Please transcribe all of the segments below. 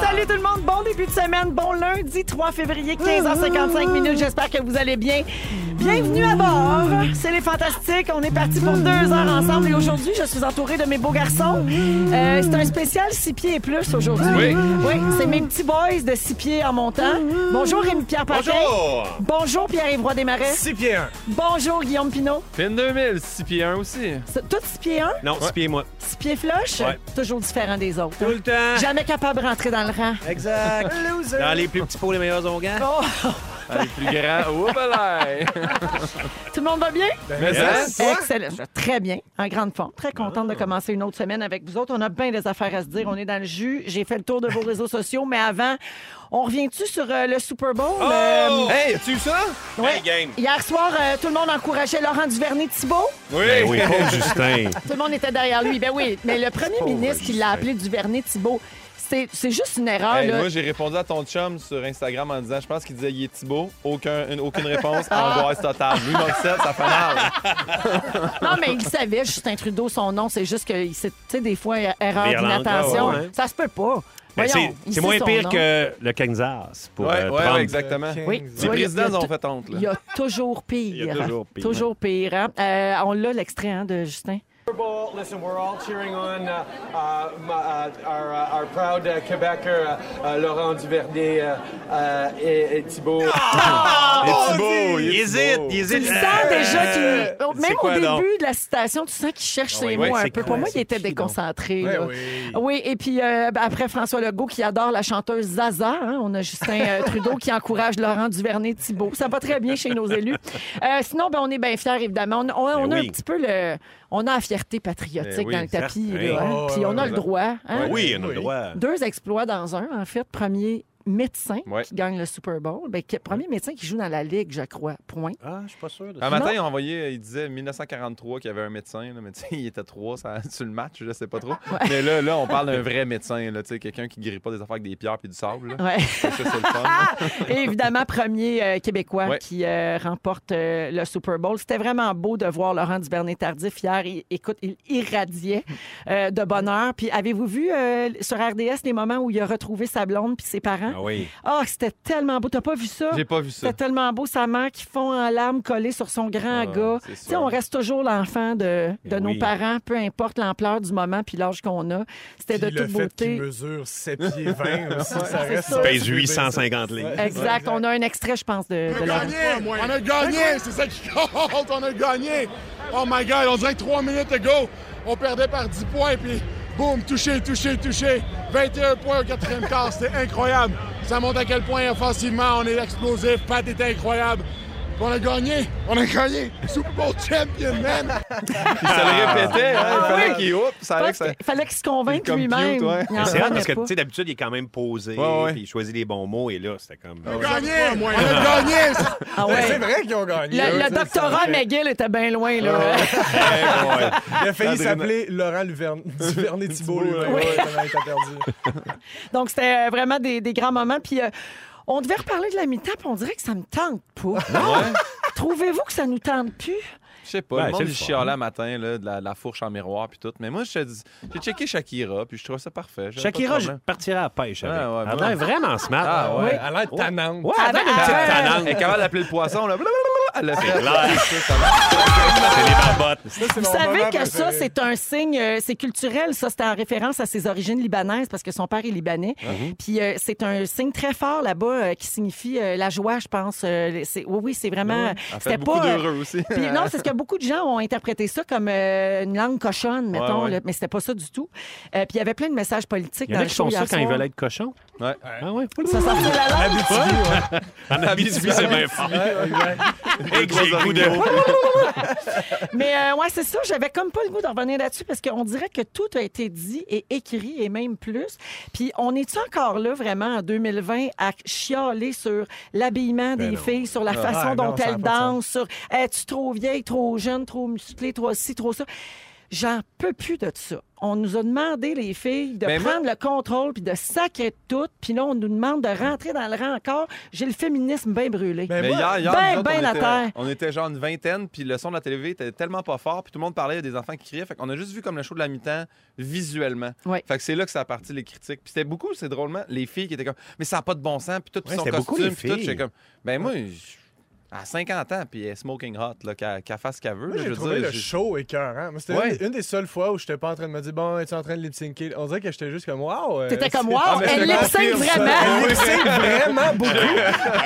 Salut tout le monde, bon début de semaine, bon lundi 3 février, 15h55 minutes. J'espère que vous allez bien. Bienvenue à bord. C'est les fantastiques. On est parti pour deux heures ensemble et aujourd'hui, je suis entourée de mes beaux garçons. Euh, c'est un spécial 6 pieds et plus aujourd'hui. Oui. Oui, c'est mes petits boys de 6 pieds en montant. Bonjour Rémi-Pierre Paquin. Bonjour. Bonjour Pierre-Yves des Marais. 6 pieds 1. Bonjour Guillaume Pinot. Pin 2000, 6 pieds 1 aussi. C'est Tout 6 pieds 1, Non, 6 pieds moi. 6 pieds flush, Ouais. toujours différent des autres. Tout le temps. Jamais capable de rentrer dans le rang. Exact. Dans les plus petits pots, les meilleurs onguents. Oh, Ah, Les plus grands. Oh, ben là. tout le monde va bien? Ben, Mais ça, yes. Excellent. Je vais Très bien. En grande forme. Très contente de commencer une autre semaine avec vous autres. On a bien des affaires à se dire. On est dans le jus. J'ai fait le tour de vos réseaux sociaux. Mais avant, on revient-tu sur euh, le Super Bowl? Euh, Hey, as-tu eu ça? ouais. Hey, game. Hier soir, euh, tout le monde encourageait Laurent Duvernay-Thibault. Oui. Ben oui, pauvre Justin. Tout le monde était derrière lui. Ben oui. Mais le premier ministre qui l'a appelé Duvernay-Thibault, c'est c'est juste une erreur. Hey, là. moi, j'ai répondu à ton chum sur Instagram en disant, je pense qu'il disait, il est Thibaut. Aucun, une- aucune réponse. Ah. Angoisse totale. Lui, Morissette, ça fait mal. Non, mais il savait, Justin Trudeau, son nom. C'est juste que, c'est- tu sais, des fois, euh, erreur L'Irlande, d'inattention. ah ouais, ouais. Ça se peut pas. Ben, Voyons, c'est il c'est sait moins son pire nom. que le Kansas pour Ouais, euh, ouais, Trump. ouais, exactement. Oui, tu Les vois, il y a- il y présidents a ont tout- fait honte, Il là. y a toujours pire. Il y a toujours pire. Toujours pire, hein? Euh, on l'a, l'extrait hein, de Justin. Super Bowl. Listen, we're all cheering on uh, uh, m- uh, our, uh, our proud uh, Quebecer, uh, uh, Laurent Duvernay uh, uh, et, et Thibault. Les Thibaut, Il hésite, il Tu hésite. le sens déjà Euh, qu'il. c'est Même quoi, au début donc? de la citation, tu sens qu'il cherche ses oui, mots oui, un c'est peu. quoi, Pour moi, il c'est était qui, donc? déconcentré. Ouais, là. oui. Oui, et puis euh, ben, après François Legault qui adore la chanteuse Zaza, hein, on a Justin euh, Trudeau qui encourage Laurent Duvernay-Thibault. Ça va très bien chez nos élus. Euh, sinon, ben, on est bien fiers, évidemment. On, on- on Ben a oui. un petit peu le. On a la fierté patriotique Ben oui, dans le tapis. certain. là, hein. Oh, Puis on a le droit. hein. Ah Oui, on a le droit. Deux exploits dans un, en fait. Premier médecin Ouais. qui gagne le Super Bowl. Ben, qui- premier médecin qui joue dans la Ligue, je crois. Point. Ah, je suis pas sûr de Un matin, il envoyé, il disait 1943 qu'il y avait un médecin, là, mais tu sais, il était trois ça- sur le match, je sais pas trop. Mais là, là, on parle d'un vrai médecin, là, tu sais, quelqu'un qui guérit pas des affaires avec des pierres puis du sable. là. Ouais. Ça, c'est le fun. là. Et évidemment, premier euh, Québécois Ouais. qui euh, remporte euh, le Super Bowl. C'était vraiment beau de voir Laurent Duvernay-Tardif hier. Il- écoute, il irradiait euh, de bonheur. Puis avez-vous vu euh, sur RDS les moments où il a retrouvé sa blonde puis ses parents? Ah oui. Ah, c'était tellement beau. T'as pas vu ça? J'ai pas vu ça. C'était tellement beau, sa mère qui fond en larmes collée sur son grand Ah, gars. c'est Tu sais, sûr. on reste toujours l'enfant de, de Eh nos oui. parents, peu importe l'ampleur du moment puis l'âge qu'on a. C'était de Puis le toute fait qu'il beauté. mesure 7 pieds 20 aussi, ça reste... ça. Pèse 850 livres. Exact. On a un extrait, je pense, de, de Laurent. On a gagné, c'est ça qui compte, on a gagné. Oh my God, on dirait que trois minutes ago, on perdait par 10 points, puis boum, touché, touché, touché. 21 points au quatrième quart, c'était incroyable. Ça montre à quel point offensivement on est explosif. Pat était incroyable. Puis On a gagné, on a gagné. Super Bowl champion, man. Puis ça le répétait, hein, il Ah fallait oui. qu'il oups, ça Je allait pense que ça. qu'il fallait qu'il se Il est convainque comme lui-même. cute, ouais. Il en C'est rare parce que, tu sais, revenait pas. d'habitude, il est quand même posé, Ouais, ouais. Ah puis il choisit les bons mots, et là, c'était comme... Ah On a gagné, on a gagné. Ah ouais. Mais C'est vrai qu'ils ont gagné. Le, eux, le tu sais, doctorat ça fait- McGill était bien loin, là. Ouais. Il a failli Adrénal- s'appeler Laurent Luverne- Duvernay-Thibault. lui, Thibault, ouais, ouais, tellement il était perdu. Donc, c'était euh, vraiment des, des grands moments. Puis, euh, on devait reparler de la mi-temps, puis on dirait que ça me tente pas. Ouais. Trouvez-vous que ça nous tente plus? Je sais pas, Ben, le c'est monde le du fun. chialait matin, là, de la, de la fourche en miroir puis tout. Mais moi, je te dis- j'ai checké Shakira, puis je trouvais ça parfait. J'avais Shakira pas de je problème. partira à la pêche avec. Ah ouais, elle ouais. a l'air vraiment smart. Ah ouais. Elle a l'air tannante. Ouais, elle a l'air d'une petite Ah, tanante. Elle est capable d'appeler le poisson, là. Blablabla, elle l'a fait. clair. Ça, ça marche. C'est les barbottes. Ça, c'est Vous mon savez moment que ça, préféré. c'est un signe, euh, c'est culturel, ça, c'est en référence à ses origines libanaises, parce que son père est libanais. Puis euh, c'est un signe très fort là-bas euh, qui signifie euh, la joie, je pense. Euh, c'est- oui, oui, c'est vraiment. Elle fait C'était beaucoup pas. euh, d'heureux aussi. Puis non, c'est ce que beaucoup de gens ont interprété ça comme euh, une langue cochonne, mettons, ouais. là, mais c'était pas ça du tout. Euh, puis il y avait plein de messages politiques Il y en dans a le qui show font hier ça quand ils soir. veulent être cochons. Ouais. Ah ouais. Ça sortait la langue. En Abitibi, c'est bien fort. Et que j'ai le goût de... Mais euh, ouais, c'est ça. J'avais comme pas le goût de revenir là-dessus parce qu'on dirait que tout a été dit et écrit et même plus. Puis on est encore là vraiment en 2020 à chialer sur l'habillement des filles, sur la façon Ben ah, dont non, ça a elles pas de sens. dansent, sur es-tu trop vieille, trop jeune, trop musclée, trop ci, trop ça. J'en peux plus de ça. On nous a demandé, les filles, de Mais Ben, moi- prendre le contrôle puis de sacrer tout. Puis là, on nous demande de rentrer dans le rang encore. J'ai le féminisme bien brûlé. Mais Mais moi, hier, hier, ben, nous autres, ben on, la était, terre. on était genre une vingtaine, puis le son de la télé était tellement pas fort, puis tout le monde parlait, il y a des enfants qui criaient. Fait qu'on a juste vu comme le show de la mi-temps visuellement. Ouais. Fait que c'est là que ça a parti les critiques. Puis c'était beaucoup, c'est drôlement, les filles qui étaient comme, mais ça n'a pas de bon sens, puis tout, puis Ouais, son c'était costume, beaucoup les puis tout. filles. J'étais comme, ben moi, je- à 50 ans, puis elle est smoking hot, là, qu'elle qu'elle fasse ce qu'elle veut. Moi, là, je j'ai veux trouvé dire, le j'ai- show écœurant. Moi, C'était Ouais. une, une des seules fois où j'étais pas en train de me dire, bon, es-tu en train de lip-syncer? On dirait que j'étais juste comme, wow! euh, T'étais comme, c'est- wow, Ah, mais elle je lip-sync confirme ça. Ben vraiment. Elle lip-sync vraiment beaucoup.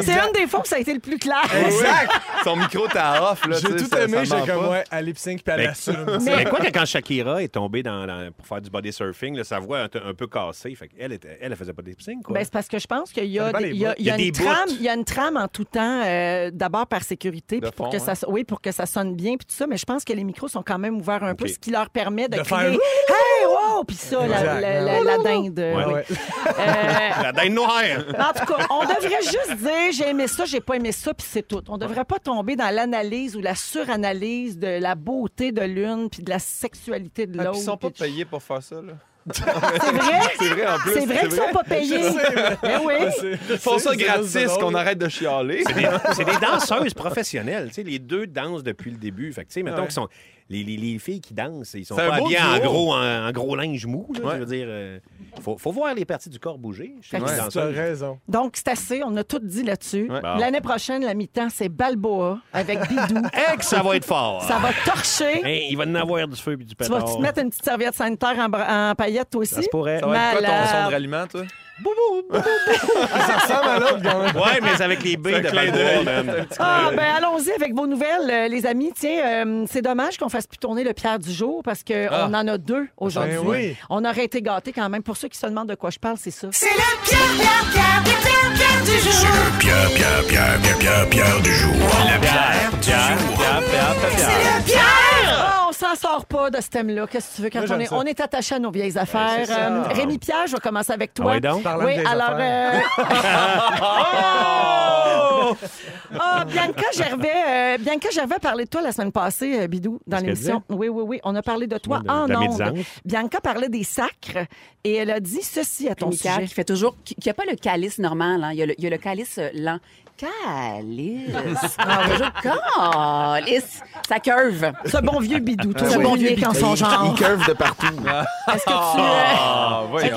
C'est une des fois où ça a été le plus clair. Ben Exact! Son micro t'a off, là. J'ai tu sais, tout ça- aimé, ça ment j'étais comme, pas. Ben, ouais, elle lip-sync puis elle Mais- assume. Mais quoi que quand Shakira est tombée dans, dans- pour faire du body surfing, là, sa voix est un, un peu cassée. Fait elle, était, elle, elle faisait pas des signes, quoi. Ben, c'est parce que je pense qu'il y Ça a, dépend des- des il y a- bouts. il y a Il y a une des bouts. trame, il y a une trame en tout temps, euh, d'abord par sécurité, De puis pour fond, que ça, hein. so- oui, pour que ça sonne bien, puis tout ça. Mais je pense que les micros sont quand même ouverts un peu, Ok. ce qui leur permet de, De faire crier Hey, wow! Puis ça, la, Exact. la- la- la dinde. Ouais. oui. Ouais. Euh, La dinde noire! mais en tout cas, on devrait juste dire j'ai aimé ça, j'ai pas aimé ça, puis c'est tout. On devrait pas tomber dans l'analyse ou la suranalyse de la beauté de l'une puis de la sexualité de Ah, puis l'autre. ils sont pas puis- payés pour faire ça, là. C'est vrai? C'est vrai, Ah, en plus. Ah, C'est vrai qu'ils sont pas payés. Mais oui. C'est- Ils font ça c'est juste gratis, drôle. qu'on arrête de chialer. C'est des- c'est des danseuses professionnelles. Tu sais, les deux dansent depuis le début. Fait que, tu sais, mettons qu'ils sont. Les, les- les filles qui dansent, ils sont C'est un pas beau habillées en duo. gros, en, en gros linge mou. là. Ouais. Je veux dire, euh, faut, faut voir les parties du corps bouger. chez les Fait que Tu as danseuses. raison. Donc, c'est assez. On a tout dit là-dessus. Ouais. Bon. L'année prochaine, la mi-temps, c'est Balboa avec Bidou. Ah. Hey, que ça va être fort! Ça va torcher. Hey, il va en avoir du feu et du ben Tu pétard. vas-tu te mettre une petite serviette sanitaire en, bra- en paillettes, toi aussi? Ça se pourrait. Ça va être quoi ton Malade. son de ralliement, toi? Ça ressemble à l'autre, quand même. Ouais, mais avec les billes de clin Balboa, man. Ah, ben allons-y avec vos nouvelles, euh, les amis. Tiens, euh, c'est dommage qu'on fasse plus tourner le Pierre du jour parce qu'on Ah. en a deux aujourd'hui. Ben oui. On aurait été gâtés quand même. Pour ceux qui se demandent de quoi je parle, c'est ça. C'est le Pierre, Pierre, Pierre, Pierre, Pierre, Pierre du jour. Pierre, Pierre, Pierre, Pierre, Pierre, Pierre du jour. Le Pierre du jour. C'est le Pierre. Ah, on s'en sort pas de ce thème-là. Qu'est-ce que tu veux? Quand Moi, on, j'aime est, ça. on est attaché à nos vieilles affaires. c'est ça. Euh, Rémi Pierre, je vais commencer avec toi. Ah ouais, donc? Parlant de oui, vieilles alors. affaires. euh, Ah, Bianca Gervais, euh, Bianca Gervais parlait de toi la semaine passée, euh, Bidou, dans ce l'émission. qu'elle Oui, oui, oui. On a parlé de toi de- en de la ondes. médisance. Bianca parlait des sacres et elle a dit ceci à ton Une pierre sujet. qui fait toujours. qui n'a pas le calice normal, hein. il, y a le, il y a le calice euh, lent. Calice. Toujours calice. Ça curve. Ce bon vieux Bidou, tout Ah ce oui. bon vieux dans son genre. curve de partout. Est-ce que tu. euh, Ah, voyons.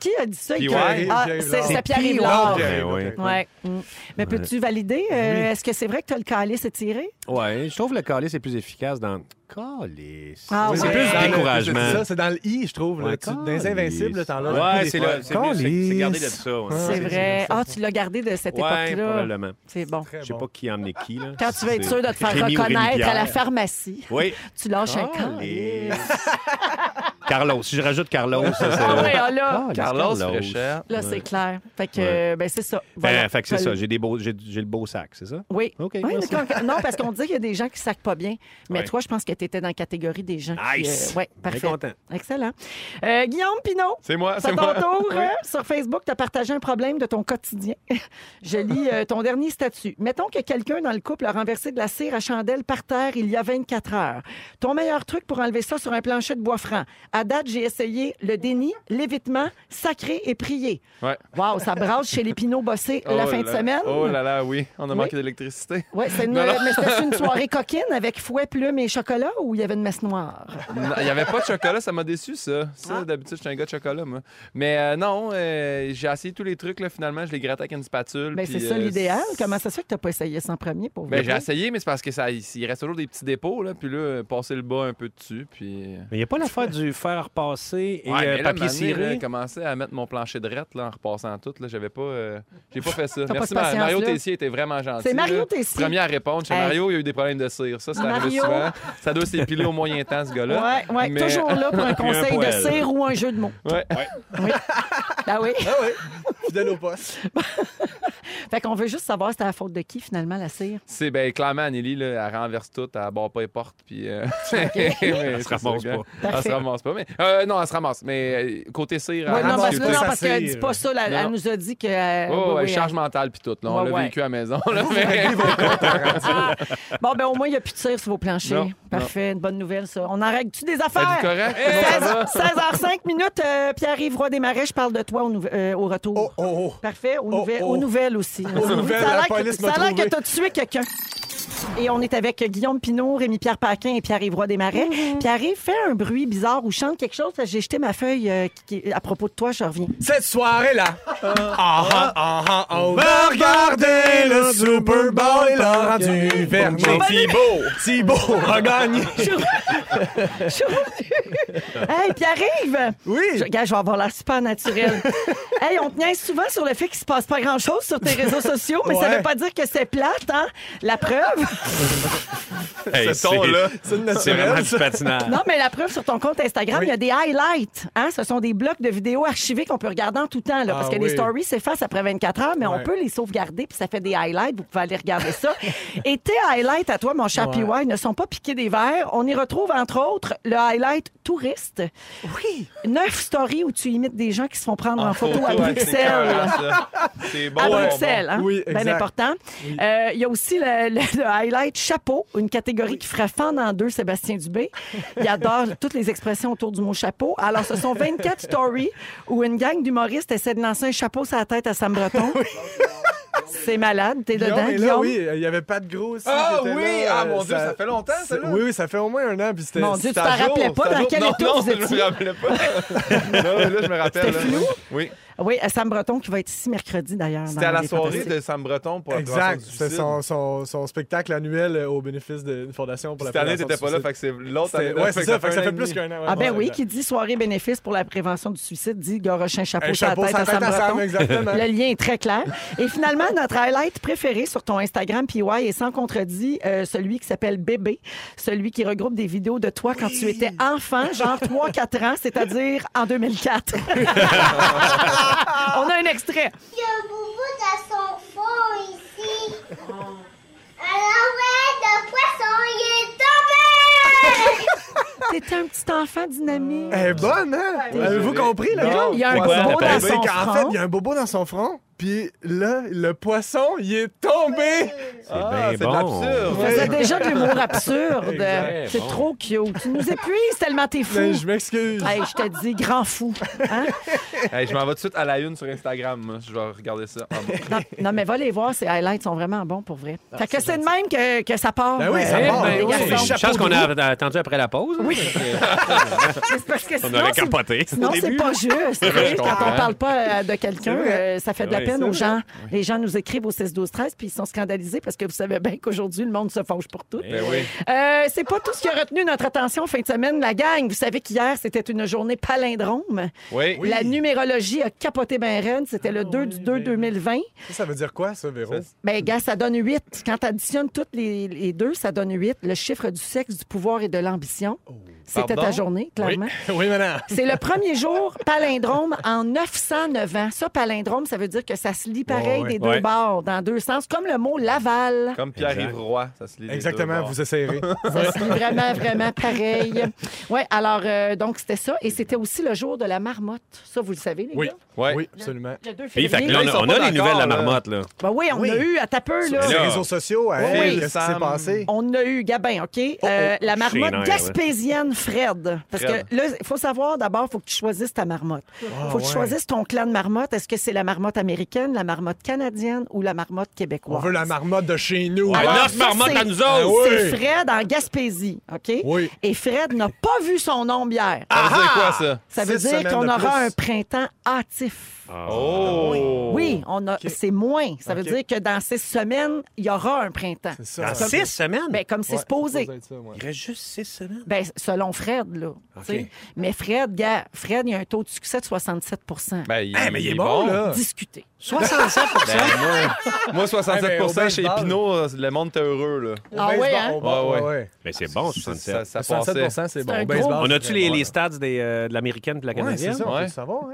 Qui a dit ça? P.Y. Ah, Pierre-Yves c'est Lard. c'est Pierre-Yves Pierre-Yves Lard. Lard. Pierre-Yves, Ouais, ok. Ouais. Mm. Mais peux-tu valider? euh, Est-ce que c'est vrai que tu as le calice étiré? Ouais, je trouve le calice est plus efficace dans. Calice. Ah Mais ouais. C'est plus dans du le- découragement. C'est ça, c'est dans le i, je trouve. là. Ouais, Tu- Dans les invincibles, t'en as. Ouais, c'est le- c'est mieux, c'est- c'est gardé de Calice. ça. ouais. C'est c'est vrai. Ah, tu l'as gardé de cette Ouais, époque-là. probablement. C'est bon. Très Je sais bon. pas qui a emmené qui. Là. Quand tu veux être C'est- sûr de te faire Rémi ou Rémi reconnaître à la Pierre. Ah, pharmacie, Oui. tu lâches un camp. Calice. Carlos. Si je rajoute Carlos, ça, c'est. Ah oui, ah là, Calice, Carlos Fréchère. là c'est clair. Fait que, Ouais. euh, ben, c'est ça. Ben, Voilà. fait que c'est T'as ça. le- J'ai, des beaux, j'ai, j'ai le beau sac, c'est ça? Oui. OK, Oui, merci. mais quand- non, parce qu'on dit qu'il y a des gens qui sacent pas bien. Mais Ouais. toi, je pense que tu étais dans la catégorie des gens Nice. qui. oui, Bien parfait. content. Excellent. Euh, Guillaume Pinot. C'est moi, C'est Ah, c'est ton moi. tour. hein? Sur Facebook, tu as partagé un problème de ton quotidien. Je lis euh, ton dernier statut. Mettons que quelqu'un dans le couple a renversé de la cire à chandelle par terre il y a 24 heures. Ton meilleur truc pour enlever ça sur un plancher de bois franc. À date, j'ai essayé le déni, l'évitement, sacré et prier. Ouais. Wow, ça brasse chez les Pinots bossés la Oh fin de là- semaine. Oh là là, oui. On a Oui. manqué d'électricité. Ouais, c'est une, Non, non. mais c'était une soirée coquine avec fouet, plume et chocolat ou il y avait une messe noire? Non, Il n'y avait pas de chocolat, ça m'a déçu, ça. Ah. Ça, d'habitude, je suis un gars de chocolat, moi. Mais euh, non, euh, j'ai essayé tous les trucs, là, finalement. Je les grattais avec une spatule. Ben, c'est puis, ça euh, l'idéal. Comment ça se fait que tu n'as pas essayé ça en premier pour Ben, j'ai essayé, mais c'est parce que ça, il reste toujours des petits dépôts, là. Puis là, euh, passer le bas un peu dessus, puis... euh, Mais il n'y a pas l'affaire du faire passer et Ouais, euh, mais là, papier un moment donné, ciré. J'ai commencé à mettre mon plancher de rette là, en repassant tout. Là, j'avais pas, euh, j'ai pas fait ça. T'as pas Merci, de Ma- patience, Mario là. Tessier était vraiment gentil. C'est Mario là. Tessier. Premier à répondre. Chez Hey. Mario, il y a eu des problèmes de cire. Ça, ça arrive Mario. souvent. Ça doit s'épiler au moyen temps, ce gars-là. Ouais, ouais, Mais- toujours là pour un Puis un conseil de poêle. cire ou un jeu de mots. Ouais. Ah oui. Fidèle au poste. Fait qu'on veut juste savoir c'était à la faute de qui, finalement, la cire. C'est bien clairement Anneli, là, elle renverse tout, elle barre pas les portes, puis. euh, mais Elle se c'est ramasse ça, pas. Elle se ramasse pas. Mais, euh, non, elle se ramasse. Mais euh, côté cire, Ouais, elle non, ramasse parce, tout. non, ça parce qu'elle cire. dit pas ça. là, Non. elle nous a dit que. euh, Oh, oui, ouais, oui, charge mentale, puis tout. là, on Ouais, l'a ouais. vécu à la maison. là, mais- elle- Bon, ben au moins, il n'y a plus de cire sur vos planchers. Non, Parfait, une bonne nouvelle, ça. On en règle-tu des Êtes-vous affaires? correct? 16h05 minutes, euh, Pierre-Yves Roy des Marais, je parle de toi au, nouvel- euh, au retour. Oh, oh, oh. Parfait, aux, Oh, nouvelles, oh. aux nouvelles aussi. Aux nouvelles, ça a la l'air que, police ça a m'a l'air que trouvé. t'as tué quelqu'un. Et on est avec Guillaume Pinot, Rémi-Pierre Paquin et Pierre-Yves Roy Desmarais. Pierre-Yves fait un bruit bizarre ou chante quelque chose. parce que J'ai jeté ma feuille euh, qui- qui- à propos de toi, je reviens. Cette soirée-là, ah, ah, ah, on va regarder le Super Bowl et le rendu vernis. ben, Thibaut, Thibaut a gagné. Je suis revenue. hey, Pierre-Yves! Je, Oui, regarde, je vais avoir l'air super naturelle. hey, on te niaise souvent sur le fait qu'il se passe pas grand-chose sur tes réseaux sociaux, mais ça Ouais. veut pas dire que c'est plate, hein? La preuve... Hey, Ce c'est- ton-là, c'est une c'est vraiment naturelle. du ça. patinage. Non, mais la preuve sur ton compte Instagram, il Oui. y a des highlights. Hein? Ce sont des blocs de vidéos archivés qu'on peut regarder en tout temps. Là, Ah parce que les oui. stories s'effacent après 24 heures, mais on Ouais. peut les sauvegarder, puis ça fait des highlights. Vous pouvez aller regarder ça. Et tes highlights à toi, mon cher Ouais. PY, ne sont pas piqués des verres. On y retrouve, entre autres, le highlight touriste. Oui. Neuf stories où tu imites des gens qui se font prendre en, photo, à photo, ouais, c'est Bruxelles. écœurant, hein, ça. C'est bon. À bon, Bruxelles, hein? Oui, Bien exact. important. Euh, Il y a aussi le, le- le highlight chapeau, une catégorie qui ferait fendre en deux Sébastien Dubé. Il adore toutes les expressions autour du mot chapeau. Alors, ce sont 24 stories où une gang d'humoristes essaie de lancer un chapeau sur la tête à Sam Breton. C'est malade, t'es Guillaume dedans, est là, Guillaume. oui, il y avait pas de gros. aussi Ah qui était oui, là, ah, euh, mon Dieu, ça fait longtemps, ça, là. Oui, oui, ça fait au moins un an. Puis c'était- Mon Dieu, tu c'était t'en à jour, rappelais pas c'était à dans jour. quel Non, état non, vous je me étiez? rappelais pas. non, mais là, je me rappelle. là. Oui. Oui, euh, Sam Breton qui va être ici mercredi d'ailleurs. C'était dans à la les soirée fantastiques. de Sam Breton pour la Exact, prévention du c'était suicide. son, son, son spectacle annuel euh, au bénéfice d'une fondation pour la Cette année, prévention t'étais du pas là, suicide. fait que c'est l'autre C'était- année. Ouais, c'est ça, fait que ça un fait an plus et qu'un an. ouais, Ah ben ouais, oui, exact. qui dit soirée bénéfice pour la prévention du suicide, dit garoche un chapeau Un sur la chapeau tête sans à Sam tête à Sam, Breton. exactement. Le lien est très clair. Et finalement, notre highlight préféré sur ton Instagram, PY, est sans contredit euh, celui qui s'appelle Bébé, celui qui regroupe des vidéos de toi quand tu étais enfant, genre 3-4 ans, c'est-à-dire en 2004. On a un extrait. Il y a Boubou dans son fond ici. Alors ouais, le poisson, il est tombé! T'étais un petit enfant dynamique. Elle est bonne, hein? Avez-vous compris, là? Guillaume, il y a un poisson bobo dans tapé. son En fait, front. il y a un bobo dans son front, puis là, le poisson, il est tombé! C'est Ah, bien c'est de bon. Oh, l'absurde. Il faisait déjà de l'humour absurde. Exact. C'est trop cute. Tu nous épuises tellement t'es fou. Mais Ben, je m'excuse. Hey, je te dis, grand fou. Hein? Hey, je m'en vais tout de suite à la une sur Instagram. moi. Je vais regarder ça. Ah, bon. Non, non, mais va les voir, ces highlights sont vraiment bons pour vrai. fait que c'est de même que, que ça part. Ben oui, ça euh, part, les ben oui. garçons. Chapeau Je pense qu'on a attendu après la pause. hein? Oui. Mais c'est parce que On sinon, aurait c'est- capoté. Non, c'est pas juste. Ouais, je Quand comprends. on parle pas euh, de quelqu'un, C'est vrai. euh, ça fait de la Ouais, peine c'est aux vrai. gens. Les gens nous écrivent au 6 12 13 puis ils sont scandalisés parce que vous savez bien qu'aujourd'hui le monde se fâche pour tout. Ben oui. Euh, c'est pas tout ce qui a retenu notre attention en fin de semaine, la gang. Vous savez qu'hier, c'était une journée palindrome. Oui. La numérologie a capoté ben raide. C'était le 2 du 2 2020. Ça, ça veut dire quoi, ça, Véro? Ça, Ben, gars, ça donne 8. Quand tu additionnes toutes les, les deux, ça donne 8. Le chiffre du sexe, du pouvoir et de l'ambition. Oh. C'était Pardon? ta journée, clairement. oui, madame. C'est le premier jour palindrome en 909 ans. Ça, palindrome, ça veut dire que ça se lit pareil des deux Ouais. bords, dans deux sens, comme le mot Laval. Comme Pierre-Yves Roy, ça se lit. des deux Exactement, bords. vous essayerez. Ça se lit vraiment, vraiment pareil. Oui, alors, euh, donc, c'était ça. Et c'était aussi le jour de la marmotte. Ça, vous le savez, les Oui. gars? Ouais. Oui, absolument. Le 2 Puis, fait que février. là, Ils on sont a, on pas a les d'accord, nouvelles de la là. marmotte, là. Ben oui, on a eu à tapeur, là. Les là, réseaux sociaux, hein, oui. qu'est-ce qui s'est Sam. passé? On a eu Gabin, OK? Oh, Euh, la marmotte Chez Nair, gaspésienne Fred. Parce Fred. que là, il faut savoir d'abord, il faut que tu choisisses ta marmotte. Il faut que tu Ah, ouais. choisisses ton clan de marmotte. Est-ce que c'est la marmotte américaine, la marmotte canadienne ou la marmotte québécoise? On veut la marmotte de chez nous. Ah, Alors, notre ça, marmotte c'est- à nous autres. Ah oui. C'est Fred en Gaspésie, OK? Oui. Ah, Et Fred n'a pas vu son ombre hier. Ça veut dire quoi, ça? Ça veut Six dire semaines qu'on de aura plus. Ah. un printemps hâtif. Oh! Oui, on a, c'est moins. Ça veut dire que dans six semaines, il y aura un printemps. C'est ça. Dans six semaines? Ben, comme c'est Ouais, supposé. supposé être ça, ouais. Il reste juste six semaines. Ben, selon Fred, là. tu sais. Mais Fred, gars, Fred, il a un taux de succès de 67 Ben, il, Eh, mais il est bon, là. Discuté. 67 Ben, moi, moi, 67 Ouais, mais au chez baseball. Pinot, euh, le monde était heureux. Là. Au Ah ouais, baseball, hein? au Ouais, ouais. baseball, Mais Ben, c'est bon, 67. Ça, ça 67%, passait. c'est C'est bon. un Au gros- baseball, On a-tu les, les stats des, euh, de l'américaine et la canadienne?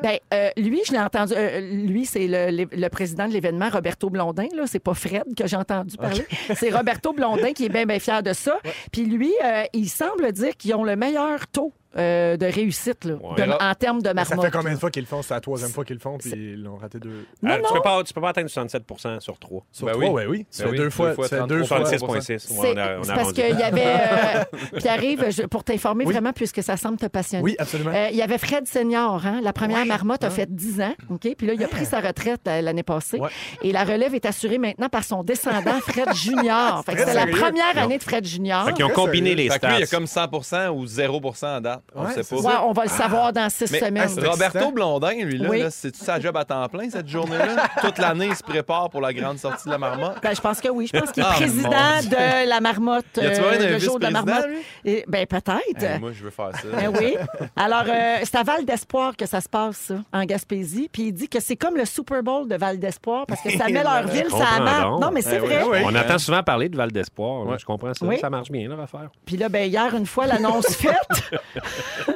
Ben, euh, lui, je l'ai entendu. euh, lui, c'est le, le- le président de l'événement, Roberto Blondin. Là, c'est pas Fred que j'ai entendu parler. C'est Roberto Blondin qui est bien, bien fier de ça. Puis lui, euh, il semble dire qu'ils ont le meilleur taux euh, de réussite là, de- en termes de Ça marmotte. fait combien de fois qu'ils le font? C'est la troisième fois qu'ils le font, puis ils l'ont raté deux. Ah, tu, peux pas, tu peux pas atteindre 67 sur 3. Sur trois, ouais, oui. Tu fais deux fois- tu fais deux fois 66.6. C'est Ouais, on a- on a c'est parce arrondi. qu'il y avait. euh, Pierre-Yves, je- pour t'informer Oui. vraiment, puisque ça semble te passionner. Oui, absolument. Euh, Il y avait Fred Senior, hein, la première marmotte a fait 10 ans, OK? Puis là, il a pris sa retraite euh, l'année passée. Et la relève est assurée maintenant par son descendant, Fred Junior. Fait que Très c'était la sérieux. première Non. année de Fred Junior. Fait Très combiné sérieux. les Fait que lui, il y a stats. comme 100 ou 0 à date. On Ouais, sait c'est pas. ça. Ouais, on va le savoir dans six Mais semaines. Ah, c'est Roberto excitant. Blondin, lui, là, Oui. là, c'est-tu sa job à temps plein cette journée-là? Toute l'année, il se prépare pour la grande sortie de la marmotte. Ben, je pense que oui. Je pense qu'il est Ah, mon président Dieu. de la marmotte, Y a-tu moyen euh, d'un le jour de la vice-président, marmotte. lui? Et, ben, peut-être. Hey, moi, je veux faire ça. Ben oui. Alors, euh, c'est à Val d'Espoir que ça se passe, ça, en Gaspésie. Puis il dit que c'est comme le Super Bowl de Val d'Espoir parce que ça met leur Je ville, ça comprends amène. donc. Non, mais Ben c'est Eh oui, vrai. oui. On entend souvent parler de Val d'Espoir. là. Je comprends ça. Oui. Ça marche bien, leur affaire. Puis là, ben, hier, une fois l'annonce faite,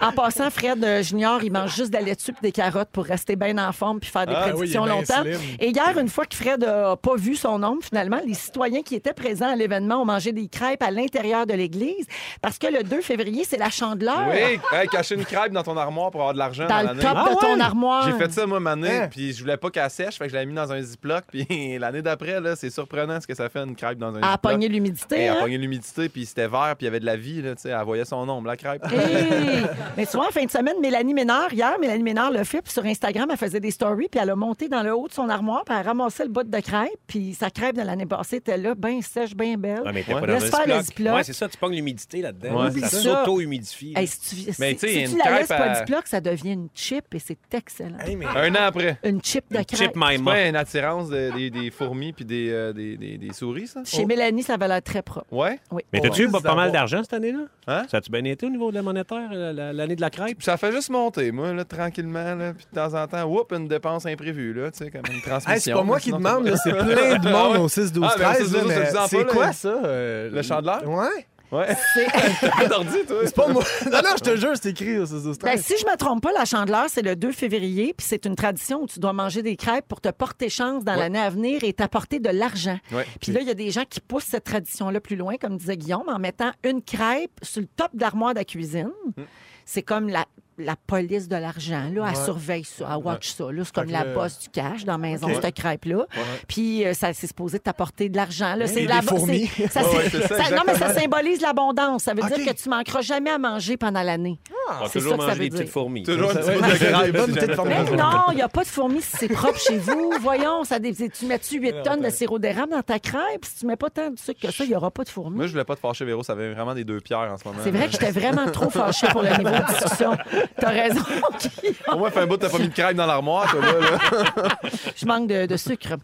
en passant, Fred euh, Junior, il mange juste de la laitue et des carottes pour rester bien en forme puis faire des Ah oui, il prédictions est bien longtemps. slim. Et hier, une fois que Fred n'a pas vu son nombre, finalement, les citoyens qui étaient présents à l'événement ont mangé des crêpes à l'intérieur de l'église parce que le 2 février, c'est la chandeleur. Oui, hey, cacher une crêpe dans ton armoire pour avoir de l'argent. Ah! Dans dans le l'année. top de Ah ton ouais? armoire. J'ai fait ça, moi, mané, Hein? puis je voulais pas qu'elle sèche, fait que je l'avais mis dans un Ziploc, puis l'année d'après, là, c'est surprenant ce que ça fait une crêpe dans un À Ziploc. pogner l'humidité, Hey, hein? À pogner l'humidité, puis c'était vert, puis il y avait de la vie, là, tu sais, elle voyait son ombre, la crêpe. Hey! Mais tu vois, en fin de semaine, Mélanie Ménard, hier, Mélanie Ménard l'a fait, puis sur Instagram, elle faisait des stories, puis elle a monté dans le haut de son armoire, puis elle ramassait le bout de crêpe, puis sa crêpe de l'année passée était là, bien sèche, bien belle. Ouais, Ah, mais t'es pas dans Laisse faire le le Ziploc. Ziploc. Ouais, c'est ça, tu pognes l'humidité là-dedans. Oublie Ça ça. s'auto-humidifie. Hey, si tu, Mais si- tu sais, si il y a tu une la laisses crêpe pas à- Ziploc, ça devient une chip, et c'est excellent. Un an après. Une chip de crêpe. C'est pas une attirance de- des, des fourmis puis des, euh, des, des- des souris, ça? Oh. Oh. Chez Mélanie, ça va l'air très propre. Ouais? Oui. Mais Ouais. t'as-tu eu pas, pas mal D'avoir- d'argent cette année-là? Hein? Ça a-tu bien été au niveau de la monétaire, la- la- l'année de la crêpe? Ça fait juste monter, moi, là, tranquillement, là, puis de temps en temps, whoop, une dépense imprévue, là, tu sais, comme une transmission. Hey, c'est pas moi qui Sinon, demande, t'as- là, c'est plein de monde Ah ouais. au 6 12 Ah, mais au 13 là, 6-12, mais ça te dit c'est pas, là? quoi ça euh, Le chandeleur? Ouais. Ouais. C'est d'ordi toi. C'est pas moi. Non non, je te jure, c'est écrit au 6 12 Ben, 13. si je me trompe pas, la chandeleur, c'est le 2 février, puis c'est une tradition où tu dois manger des crêpes pour te porter chance dans l'année à venir et t'apporter de l'argent. Ouais. Puis là, il y a des gens qui poussent cette tradition-là plus loin, comme disait Guillaume, en mettant une crêpe sur le top de l'armoire de la cuisine. Mm. C'est comme la, la police de l'argent. Là, elle Ouais. surveille ça, elle watch ça. là. C'est Fait comme que la le- bosse du cash dans la maison, Ok. cette crêpe-là. Puis euh, ça, c'est supposé t'apporter de l'argent. là. Et C'est des la fourmis. c'est- ça, Ouais, c'est- ouais, c'est ça, ça- non, mais ça exactement. symbolise l'abondance. Ça veut dire que tu manqueras jamais à manger pendant l'année. Ah. On va Ah, C'est Ah, toujours ça que ça manger veut des dire. petites fourmis. Toujours un Ça, petit ouais. bout de grêle, Des bonnes si petites jamais Mais fourmis. non, il n'y a pas de fourmis si c'est propre chez vous. Voyons, ça, dé- tu mets-tu 8 tonnes de sirop d'érable dans ta crêpe? Si tu mets pas tant de sucre que ça, il n'y aura pas de fourmis. Moi, je voulais pas te fâcher, Véro, ça avait vraiment des deux pierres en ce moment. C'est vrai que j'étais vraiment trop fâchée pour le niveau de discussion. T'as raison, Guillaume. Au moins, fait un bout, t'as pas mis de crêpe dans l'armoire, toi, là. là. Je manque de, de sucre.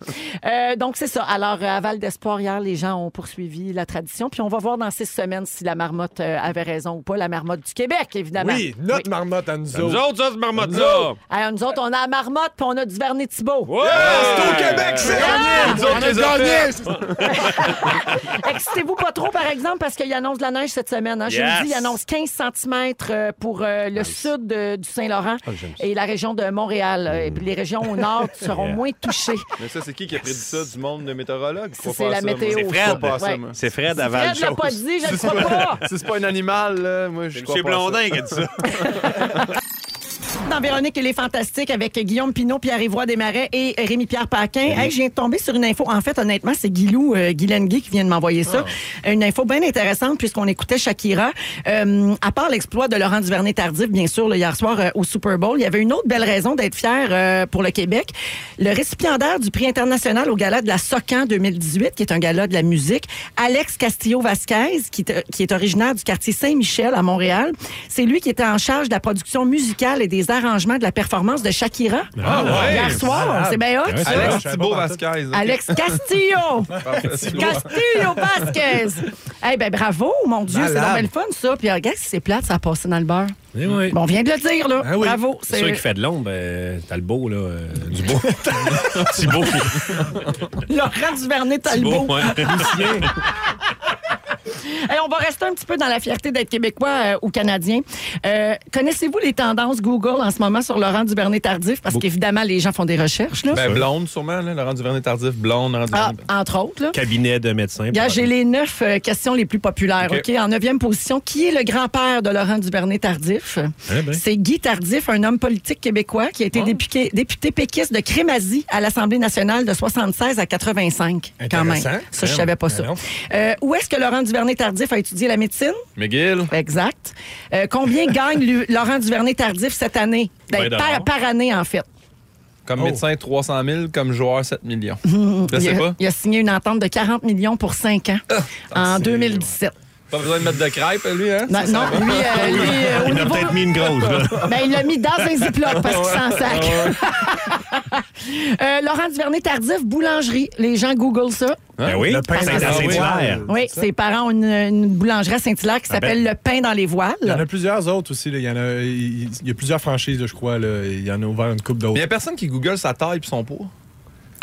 Euh, donc, c'est ça. Alors, euh, à Val d'Espoir, hier, les gens ont poursuivi la tradition. Puis, on va voir dans six semaines si la marmotte euh, avait raison ou pas. La marmotte du Québec, évidemment. Oui, notre marmotte à nous Nous autres. autres, ça, cette marmotte-là! Hey, nous autres, on a la marmotte, puis on a du Vernet Thibault. C'est au Québec, c'est gagné! Nous autres, On a les affaires. c'est- Excitez-vous pas trop, par exemple, parce qu'il annonce de la neige cette semaine. Hein. Yes. Jeudi, il annonce 15 cm pour euh, le sud de- du Saint-Laurent et la région de Montréal. Euh, Et puis les régions au nord seront Yeah. moins touchées. Mais ça, c'est qui qui a prédit ça du monde de météorologues? Je crois C'est pas à la ça, moi. météo, C'est ça. Fred. Pas à ça, Ouais. moi. C'est Fred Si avant Fred l'a pas dit, je le crois pas. Si c'est pas un animal, là, moi, je C'est crois Monsieur pas à ça. Blondin qui a dit ça. Dans Véronique, elle est fantastique avec Guillaume Pinot, Pierre-Évoix Desmarais et Rémi-Pierre Paquin. Hey, je viens de tomber sur une info. En fait, honnêtement, c'est Guilou euh, Guylaine Guy qui vient de m'envoyer ça. Une info bien intéressante puisqu'on écoutait Shakira. Euh, à part l'exploit de Laurent Duvernay-Tardif, bien sûr, le hier soir euh, au Super Bowl, il y avait une autre belle raison d'être fier euh, pour le Québec. Le récipiendaire du prix international au gala de la Socan 2018, qui est un gala de la musique, Alex Castillo-Vasquez, qui, est- qui est originaire du quartier Saint-Michel à Montréal, c'est lui qui était en charge de la production musicale et des arts réarrangement de la performance de Shakira Ah ouais. hier soir. Ah. C'est bien hot, ça. Alex Thibault Vasquez. ok. Alex Castillo! Parfait. Castillo Vasquez! Eh ben bravo, mon Dieu, c'est Malade. normal fun, ça. Puis regarde, si c'est plate, ça a passé dans le beurre. Eh oui. Bon, on vient de le dire, là. Ah oui. Bravo. C'est sûr qu'il fait de l'ombre, euh, t'as le beau, là. euh, du beau. Thibaut. Laurent Duvernay-Talbot. Thibault, ouais. Lucien. Hey, on va rester un petit peu dans la fierté d'être québécois euh, ou canadien. Euh, Connaissez-vous les tendances Google en ce moment sur Laurent Duvernay tardif? Parce qu'évidemment, les gens font des recherches. Là. Ben, blonde, sûrement, là. Laurent Duvernay-Tardif, blonde. Laurent Ah, Duvernay- ben, entre autres. Là. Cabinet de médecin. Gars, j'ai les neuf euh, questions les plus populaires. OK. Ok. En neuvième position, qui est le grand-père de Laurent Duvernay-Tardif? Eh ben. C'est Guy Tardif, un homme politique québécois qui a Ah. été député, député péquiste de Crémazie à l'Assemblée nationale de 76 à 85, quand même. Intéressant. Ben Ça, je savais pas ça. Alors. Euh, où est-ce que Laurent Duvernay-Tardif a étudié la médecine? McGill. Exact. Euh, combien gagne lui- Laurent Duvernay-Tardif cette année? Ben, Ben, par, d'abord. par année, en fait. Comme médecin, 300 000. Comme joueur, 7 millions. Je il, sais a, pas. Ah, il a signé une entente de 40 millions pour 5 ans en 2017. Pas besoin de mettre de crêpes, lui, hein? Non, Ça, ça non, va. lui, euh, lui, euh, au Il en a niveau- peut-être mis Ah une grosse, là. Ben, il l'a mis dans un ziploc parce qu'il s'en sac. Ah Euh, Laurent Duvernay-Tardif, boulangerie. Les gens googlent ça. Ah Ben oui, le pain Parce dans que- Saint-Hilaire. Oui, ses parents ont une, une boulangerie à Saint-Hilaire qui Ah ben. s'appelle Le Pain dans les Voiles. Il y en a plusieurs autres aussi. là. Il, y en a, il il y a plusieurs franchises, là, je crois. là. Il y en a ouvert une coupe d'autres. Il y a personne qui google sa taille puis son poids.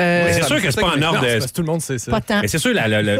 Euh, Mais c'est sûr que c'est pas en ordre Non, de- c'est parce que tout le monde sait ça. Pas tant. Mais c'est sûr, la, la, la-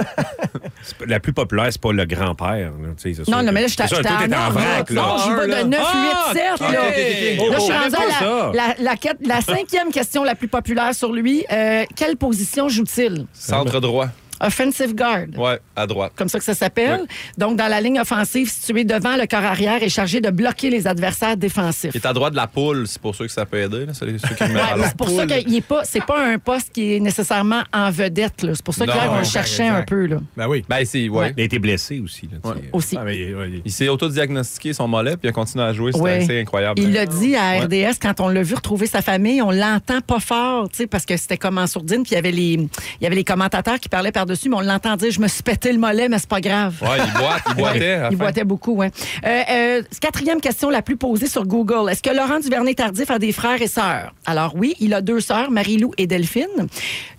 c'est pas- la plus populaire, c'est pas le grand-père. là, tu sais, c'est sûr Non, non, que- mais là, je c'est sûr, t'ai toi, t'es en vrac. là. Ah, Non, je vais de 9, 8, 7. ok, là, ok, ok. Là, je suis Oh, oh, rendue c'est à pas la, la, la quête- la cinquième question la plus populaire sur lui. Euh, quelle position joue-t-il? Centre droit. Offensive guard. Ouais, à droite. Comme ça que ça s'appelle. Donc, dans la ligne offensive, située devant le corps arrière et chargé de bloquer les adversaires défensifs. Il est à droite de la poule, c'est pour ça que ça peut aider. là. C'est ceux qui le mettent à Ouais, mais l'ordre. c'est pour ça que n'est pas, c'est pas un poste qui est nécessairement en vedette. là. C'est pour ça que Non, là, on le exact, cherchait exact. un peu. Là. Ben oui. Ben, c'est, ouais. Il a été blessé aussi. là, tu sais. Aussi. Il s'est autodiagnostiqué son mollet, puis il a continué à jouer. C'est Ouais. assez incroyable. Il l'a dit Ouais. à RDS quand on l'a vu retrouver sa famille, on l'entend pas fort, tu sais, parce que c'était comme en sourdine, puis il y avait les, il y avait les commentateurs qui parlaient par-dessus, mais on l'entend dire je me suis pété le mollet, mais c'est pas grave. Ouais, il boite, il boitait. à la Il fin. boitait beaucoup, ouais. Euh, euh, quatrième question la plus posée sur Google. Est-ce que Laurent Duvernay-Tardif a des frères et sœurs? Alors oui, il a deux sœurs, Marie-Lou et Delphine.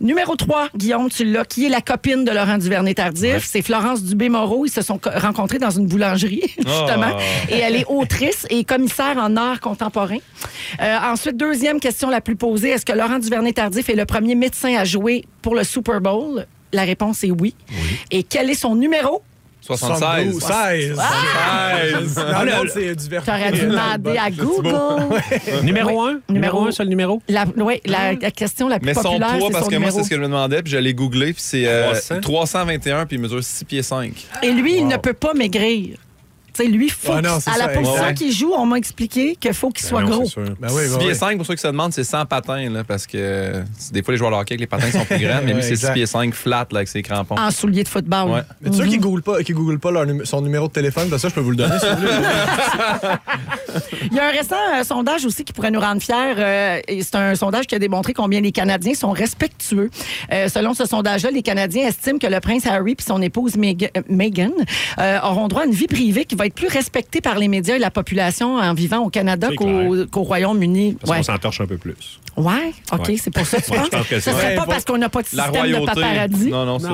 Numéro 3, Guillaume, tu l'as, qui est la copine de Laurent Duvernay-Tardif. C'est Florence Dubé-Moreau. Ils se sont co- rencontrés dans une boulangerie, justement. Oh. Et elle est autrice et commissaire en art contemporain. Euh, ensuite, deuxième question la plus posée. Est-ce que Laurent Duvernay-Tardif est le premier médecin à jouer pour le Super Bowl? La réponse est oui. Et quel est son numéro? 76. 16. Ah! Dans le monde, c'est du verre. T'aurais dû demander à Google. Numéro un? Numéro un, c'est le numéro? La, ouais, Ah. la, la question la plus Mais son populaire, poids, c'est parce son que moi, numéro. c'est ce que je me demandais, puis je l'ai googlé, puis c'est euh, 300. 321, puis il mesure 6 pieds 5. Et lui, il ne peut pas maigrir. Tu sais, lui, faut Ah non, à c'est la ça, position exact. qu'il joue, on m'a expliqué qu'il faut qu'il soit non, gros. c'est sûr. Ben oui, 6 ben pieds oui. 5, pour ceux qui se demandent, c'est sans patins, là, parce que euh, c'est- des fois, les joueurs de hockey, avec les patins sont plus grands, mais lui, Ouais, c'est 6 exact. pieds 5 flat, là, avec ses crampons. En soulier de football. Ouais. Mais tu sais qui google pas, qui google pas leur numé- son numéro de téléphone, parce que ça, je peux vous le donner. si vous voulez. Il y a un récent euh, sondage aussi qui pourrait nous rendre fiers. euh, et c'est un sondage qui a démontré combien les Canadiens sont respectueux. Euh, selon ce sondage-là, les Canadiens estiment que le prince Harry et son épouse Meg- euh, Meghan euh, auront droit à une vie privée qui va être plus respectée par les médias et la population en vivant au Canada C'est qu'au qu'au Royaume-Uni. Parce Ouais. qu'on s'entorche un peu plus. Ouais, OK, Ouais. c'est pour ça que tu Ouais, je penses. pense que Ce c'est serait vrai. pas parce qu'on n'a pas de La système de royauté. paparazzi. Non, non, c'est.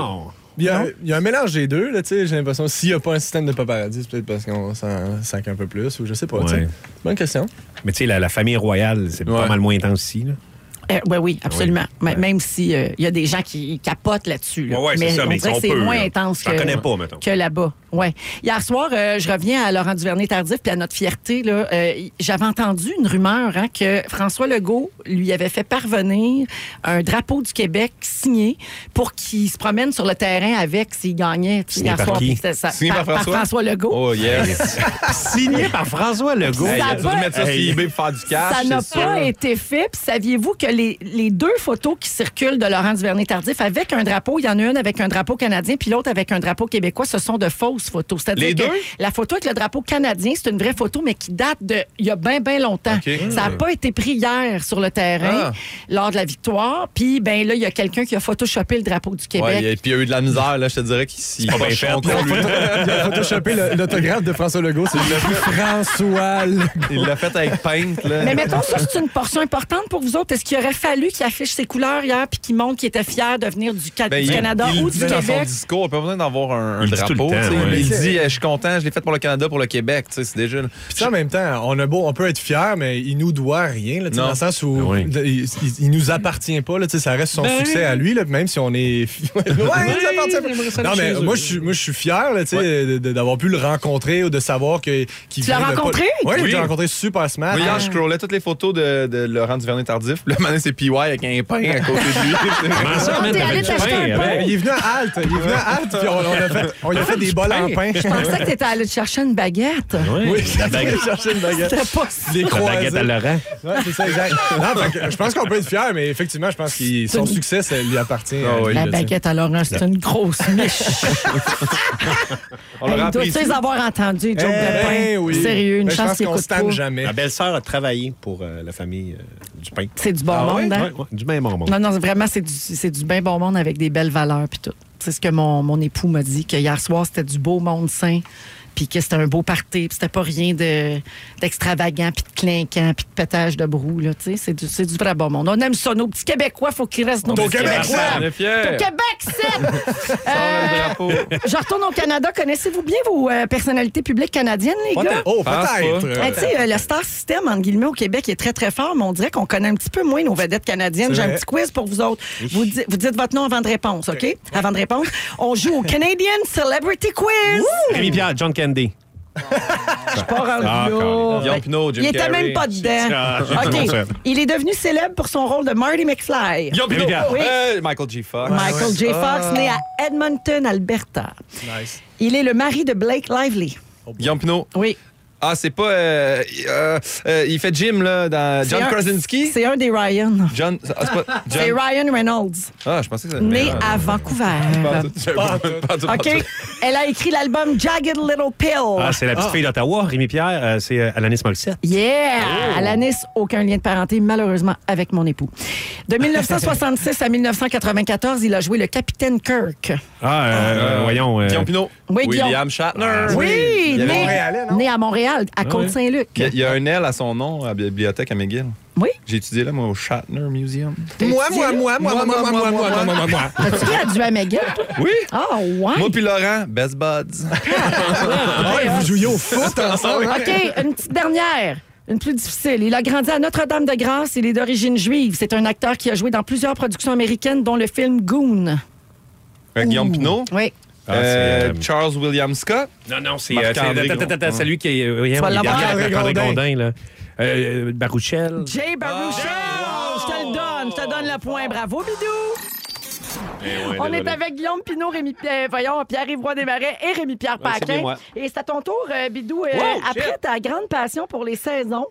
Il y, a, il y a un mélange des deux, là, tu sais, j'ai l'impression. S'il n'y a pas un système de paparazzi, c'est peut-être parce qu'on s'en sac un peu plus, ou je sais pas. tu sais. Ouais. Bonne question. Mais tu sais, la, la famille royale, c'est pas Ouais. mal moins intense ici. là. Euh, Ah ouais, oui, absolument. M- Même si euh, il y a des gens qui capotent là-dessus. là. Ouais, ouais, c'est ça, on mais dirait ils que sont c'est peu, moins là. intense J'en que, connais pas, mettons. que là-bas. Ouais. Hier soir, euh, je reviens à Laurent Duvernay-Tardif puis à notre fierté. là. Euh, y- J'avais entendu une rumeur hein, que François Legault lui avait fait parvenir un drapeau du Québec signé pour qu'il se promène sur le terrain avec s'il gagnait. tu sais, Signé hier par soir. qui? Puis c'était ça- Signé par François? Legault. Oh, yes. Signé par François Legault. Hey, il Ça a va- dû mettre ça sur Hey. ben, eBay pour faire du cash. Ça n'a c'est pas sûr. été fait. Puis saviez-vous que les, les deux photos qui circulent de Laurent Duvernay-Tardif avec un drapeau, il y en a une avec un drapeau canadien puis l'autre avec un drapeau québécois, ce sont de fausses fausses photos. C'est-à-dire Les que deux? la photo avec le drapeau canadien, c'est une vraie photo, mais qui date de il y a bien, bien longtemps. OK. Ça n'a Hmm. pas été pris hier sur le terrain Ah. lors de la victoire. Puis, ben là, il y a quelqu'un qui a photoshopé le drapeau du Québec. Ouais, il y a- puis il y a eu de la misère, là, je te dirais qu'il s'y pas bien poche fait, son con, non. lui. Il a photoshopé le- l'autographe de François Legault, c'est François Legault. Il l'a fait avec Paint, là. Mais mettons, ça, c'est une portion importante pour vous autres. Est-ce qu'il aurait fallu qu'il affiche ses couleurs hier puis qu'il montre qu'il était fier de venir du, Ca- Ben, du il- Canada il ou dit du dans son Québec? discours, pas besoin d'avoir un, un Il le dit tout le drapeau. temps, tu sais. ouais. Il dit, eh, je suis content, je l'ai fait pour le Canada, pour le Québec. tu sais, C'est déjà. Puis ça, en même temps, on, a beau, on peut être fier, mais il nous doit rien, là, tu sais, Non. dans le sens où de- il, il- il nous appartient pas. Là, tu sais, ça reste son Ben. succès à lui, là, même si on est. Ouais, ça appartient pas. j'aimerais ça Non, aller mais chez eux. moi, je suis- moi, je suis fier là, tu sais, de- de- d'avoir pu le rencontrer ou de savoir que, qu'il Tu l'as vient de pas- rencontré? Ouais, Oui. je l'ai rencontré super smart. Moi, hier, je scrollais toutes les photos de, de Laurent Duvernay-Tardif. Le mané, c'est PY avec un pain à côté de lui. Comment ça, man, T'es allé t'avais Ah, du t'acheter pain, un pain? Il est venu à halte. Il est venu à halte, puis on, on a fait, on lui a fait des bols en pain. Je pensais que t'étais allé te chercher une baguette. Oui, La baguette. chercher une baguette. C'était pas ça. Des La croisés. baguette à Laurent. Ouais, c'est ça, exact. Non, fait que je pense qu'on peut être fier, mais effectivement, je pense que son succès, ça lui appartient. à lui, La là, tu sais. baguette à Laurent, c'est une grosse niche. On le Il doit rappelle. tu les avoir entendus, Joe Pépin. Eh oui. Sérieux, une Mais je chance pense qu'il qu'on écoute se tanne pas. jamais. Ah, Ma belle-sœur a travaillé pour euh, la famille euh, du pain. C'est du bon Ah ouais? monde, hein? Ouais, ouais, du même monde. Non, non, c'est vraiment, c'est du, c'est du bien bon monde avec des belles valeurs puis tout. C'est ce que mon, mon époux m'a dit, que hier soir, c'était du beau monde sain, puis que c'était un beau party, puis c'était pas rien de, d'extravagant, puis de clinquant, puis de pétage de brou, là, tu sais. C'est du, c'est du vrai bon monde. On aime ça, nos petits Québécois, faut qu'ils restent nos Nos petits Québécois! On est fiers. Au Québec, c'est... Le drapeau. Je retourne au Canada. Connaissez-vous bien vos euh, personnalités publiques canadiennes, les gars? Oh, ben, Pense pas. peut-être. Hey, tu sais, euh, le star system, entre guillemets, au Québec, est très, très fort, mais on dirait qu'on connaît un petit peu moins nos vedettes canadiennes. C'est J'ai un vrai. petit quiz pour vous autres. Vous, di- vous dites votre nom avant de réponse, OK? Avant de réponse. On joue au Canadian Celebrity Quiz. Rémi Pierre, John Candy. Je suis pas rendu là. Ah, Ben, Colin. Guillaume Pinot, Jim Il était Carrey. même pas Ah, dedans. j'ai tout OK. compris. Il est devenu célèbre pour son rôle de Marty McFly. Guillaume Pinot. Rémi Pierre. Oui. Euh, Michael G. Fox. Michael J. Fox, Ah. né à Edmonton, Alberta. Nice. Il est le mari de Blake Lively. Guillaume Pinot. Oui. Ah, c'est pas. euh, euh, euh, il fait Jim, là, dans C'est John un- Krasinski. C'est un des Ryan. John. Ah, c'est pas. C'est John. Ryan Reynolds, Ah, je pensais que c'était. né à Vancouver. Pas en tout, pas en tout, pas en tout, pas en OK. tout. Elle a écrit l'album Jagged Little Pill. Ah, c'est la petite fille d'Ottawa, Rémi Pierre, euh, c'est euh, Alanis Morissette. Yeah! Oh. À Alanis, aucun lien de parenté, malheureusement, avec mon époux. De 1966 à 1994, il a joué le Capitaine Kirk. Ah, euh, euh, voyons. euh, Guillaume Pinot. Oui, Guillaume. Ah, William Shatner. Oui, Il y avait- Ah né, né à Montréal, à Côte-Saint-Luc. Il y a- il y a un L à son nom à la bibliothèque à McGill. Oui. J'ai étudié là, moi, au Shatner Museum. Moi, moi, moi, moi, moi, moi, moi, moi, moi, moi, moi, moi. As-tu vu à du Améga? Oui. Ah, Moi ouais. puis Laurent, best buds. Ah ouais, vous jouiez au foot ensemble. hein? OK, une petite dernière. Une plus difficile. Il a grandi à Notre-Dame-de-Grâce. Il est d'origine juive. C'est un acteur qui a joué dans plusieurs productions américaines, dont le film Goon. Euh, Guillaume Pinot. Oui. Ah, c'est, Euh, euh, Charles William Scott. Non, non, c'est. Marc euh, c'est- André attends, Gondin. attends, attends, celui qui est. euh, hein, Tu vas l'avoir. André André Gondin. Gondin, là. Euh, euh, Baruchel. Jay Baruchel. Je te le donne. Je te donne le point. Bravo, Bidou. On est avec Guillaume Pinot, Rémi Pierre, voyons, Pierre-Yves Roy Desmarais et Rémi-Pierre Ouais, c'est Paquin. bien moi. et c'est à ton tour, euh, Bidou. euh, Wow, après shit. ta grande passion pour les saisons,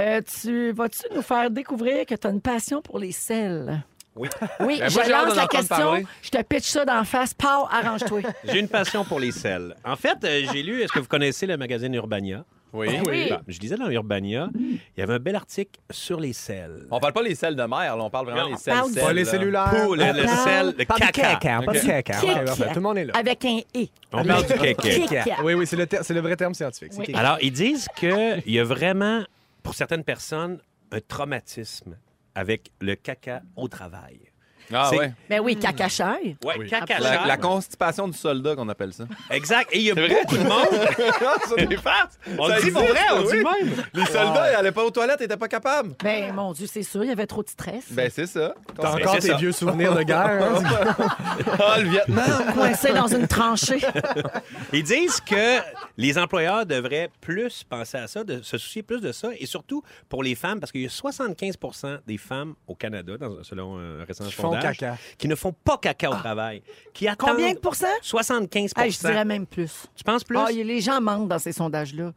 euh, tu vas-tu nous faire découvrir que tu as une passion pour les sels? Oui. Oui, Ben, je moi, j'ai hâte lance d'en la entendre question. parler. Je te pitch ça d'en face. Pau, arrange-toi. J'ai une passion pour les selles. En fait, euh, j'ai lu, est-ce que vous connaissez le magazine Urbania? Oui. Oui. Bon, je disais dans Urbania, il y avait un bel article sur les selles. On parle pas les selles de mer, là, on parle vraiment Non, des on selles. parle du- selles, Pas les là. cellulaires. Pour le, le parle- sel, le caca. pas du caca. Ok, parfait. Tout le monde est là. Avec un « et ». On parle du caca. Oui, oui, c'est le, ter- c'est le vrai terme scientifique. c'est Oui. caca. Alors, ils disent qu'il y a vraiment, pour certaines personnes, un traumatisme avec le caca au travail. Ah C'est- ouais. Ben oui, caca cher. Ouais, caca La, sale. la constipation du soldat qu'on appelle ça. Exact. Et il y a beaucoup de monde. ça des farces. On le dit pour vrai, on le dit même. Les soldats, ils allaient pas aux toilettes, ils étaient pas capables. Ben mon Dieu, c'est sûr, il y avait trop de stress. Ben c'est ça. T'as Ben, encore c'est tes ça. vieux souvenirs de guerre. hein? Ah, le Vietnam. Coincé dans une tranchée. Ils disent que les employeurs devraient plus penser à ça, de se soucier plus de ça, et surtout pour les femmes, parce qu'il y a 75 des femmes au Canada, dans- selon un récent Qui font sondage, ménage caca. qui ne font pas caca au travail. Qui attendent Ah. Combien de pourcents? 75 Ah, je dirais même plus. Tu penses plus? Ah, y- les gens mentent dans ces sondages-là.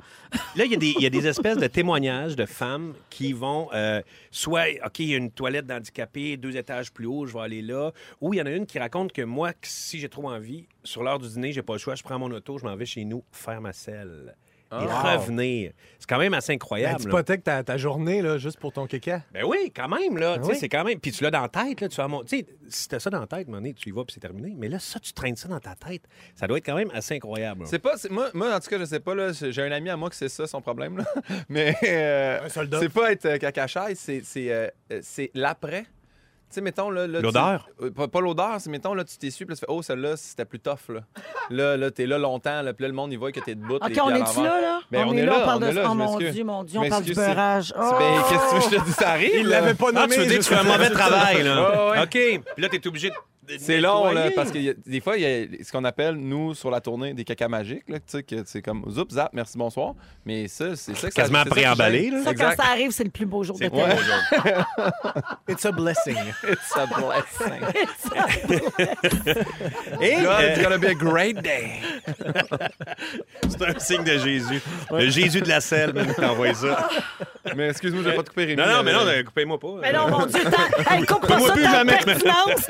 Là, il y, a des- il y a des espèces de témoignages de femmes qui vont euh, soit, OK, il y a une toilette d'handicapé, deux étages plus haut, je vais aller là. Ou il y en a une qui raconte que moi, que si j'ai trop envie, sur l'heure du dîner, j'ai pas le choix, je prends mon auto, je m'en vais chez nous faire ma selle. Et Ah. revenir. C'est quand même assez Ben, incroyable. tu là. hypothèques ta, ta journée là, juste pour ton caca. Ben oui, quand même, là. Ah tu sais, oui? C'est quand même. Puis tu l'as dans la tête, là. Tu vas mon... tu sais, si t'as ça dans la tête, mon tu y vas, puis c'est terminé. Mais là, ça, tu traînes ça dans ta tête. Ça doit être quand même assez incroyable. là. C'est pas, c'est- moi, moi, en tout cas, je sais pas, là, j'ai un ami à moi que c'est ça son problème, là. mais euh, c'est pas être euh, cacachaille, c'est, c'est, euh, euh, c'est l'après. Tu sais, mettons, là. là, tu- L'odeur? Euh, pas, pas l'odeur, c'est mettons, là, tu t'essuies, puis là, tu fais, oh, celle-là, c'était plus tough, là. Là, là, t'es là longtemps, là, puis là, le monde, il voit que t'es debout. OK, les pieds Ah, on à est-tu l'envers. là, là? Ben, On on, est est là, là, on parle est de- là, oh, je mon m'excuse. Dieu, mon Dieu, on Je parle du m'excuse, c'est- beurrage. c'est- Ben, qu'est-ce que tu veux que je te dis, ça arrive? Il l'avait pas là. nommé, Ah, tu veux dire que tu fais un mauvais travail, là. Ouais, ouais. OK. Puis là, t'es obligé de. C'est long, là, nettoyer. parce que y a- des fois, il y a ce qu'on appelle, nous, sur la tournée, des cacas magiques, là, tu sais, que c'est comme zoup, zap, merci, bonsoir. Mais ça, c'est ça que ça- Quasiment c'est ça qui gêne. préemballé, là. Ça, quand Exact. ça arrive, c'est le plus beau jour de C'est ta vie. It's a blessing. It's a blessing. Et, God, euh, it's gonna be a great day. C'est un signe de Jésus. Le Jésus de la selle, même, qui t'envoie ça. Mais excuse-moi, je vais pas te couper, Rémi. Non, non, mais non, Euh, euh, coupez-moi pas. Mais non, Oh, mon Dieu, t'as... Hey, coupe pas Fais-moi ça, plus t'as jamais. pertinence!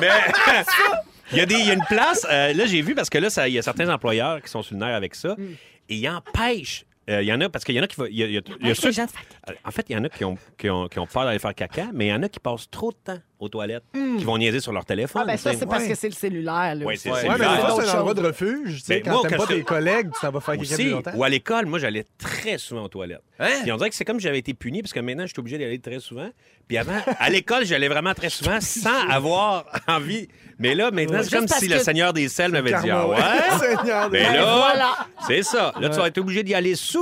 Mais il y, a des- il y a une place, euh, là j'ai vu, parce que là, ça- il y a certains employeurs qui sont sur le nerf avec ça, Mm. et ils empêchent. euh, Il y en a, parce qu'il y en a qui vont. il y a- il y a- il y a Empêche ceux- les gens de faire Euh, En fait, il y en a qui ont, qui ont, qui ont peur d'aller faire caca, mais il y en a qui passent trop de temps aux toilettes, qui vont niaiser sur leur téléphone. Mm. Ah, ben ça, tu sais. c'est parce Ouais. que c'est le cellulaire, là. Ouais, aussi. c'est le Ouais, mais des bizarre. fois, c'est D'autres un endroit de choses. refuge. Tu sais, Ben, quand moi, t'aimes quand pas j'étais- tes collègues, ça va faire caca plus Aussi, longtemps. Hein? ou à l'école, moi, j'allais très souvent aux toilettes. Puis on dirait que c'est comme si j'avais été puni, parce que maintenant, je suis obligé d'aller très souvent. Puis avant, à l'école, j'allais vraiment très souvent sans avoir envie. Mais là, maintenant, Ouais. c'est comme Juste si parce le que- Seigneur des selles m'avait dit Karma, Ah ouais. Ben ouais? Seigneur des Mais selles. là, voilà. c'est ça. Là, tu vas être obligé d'y aller souvent.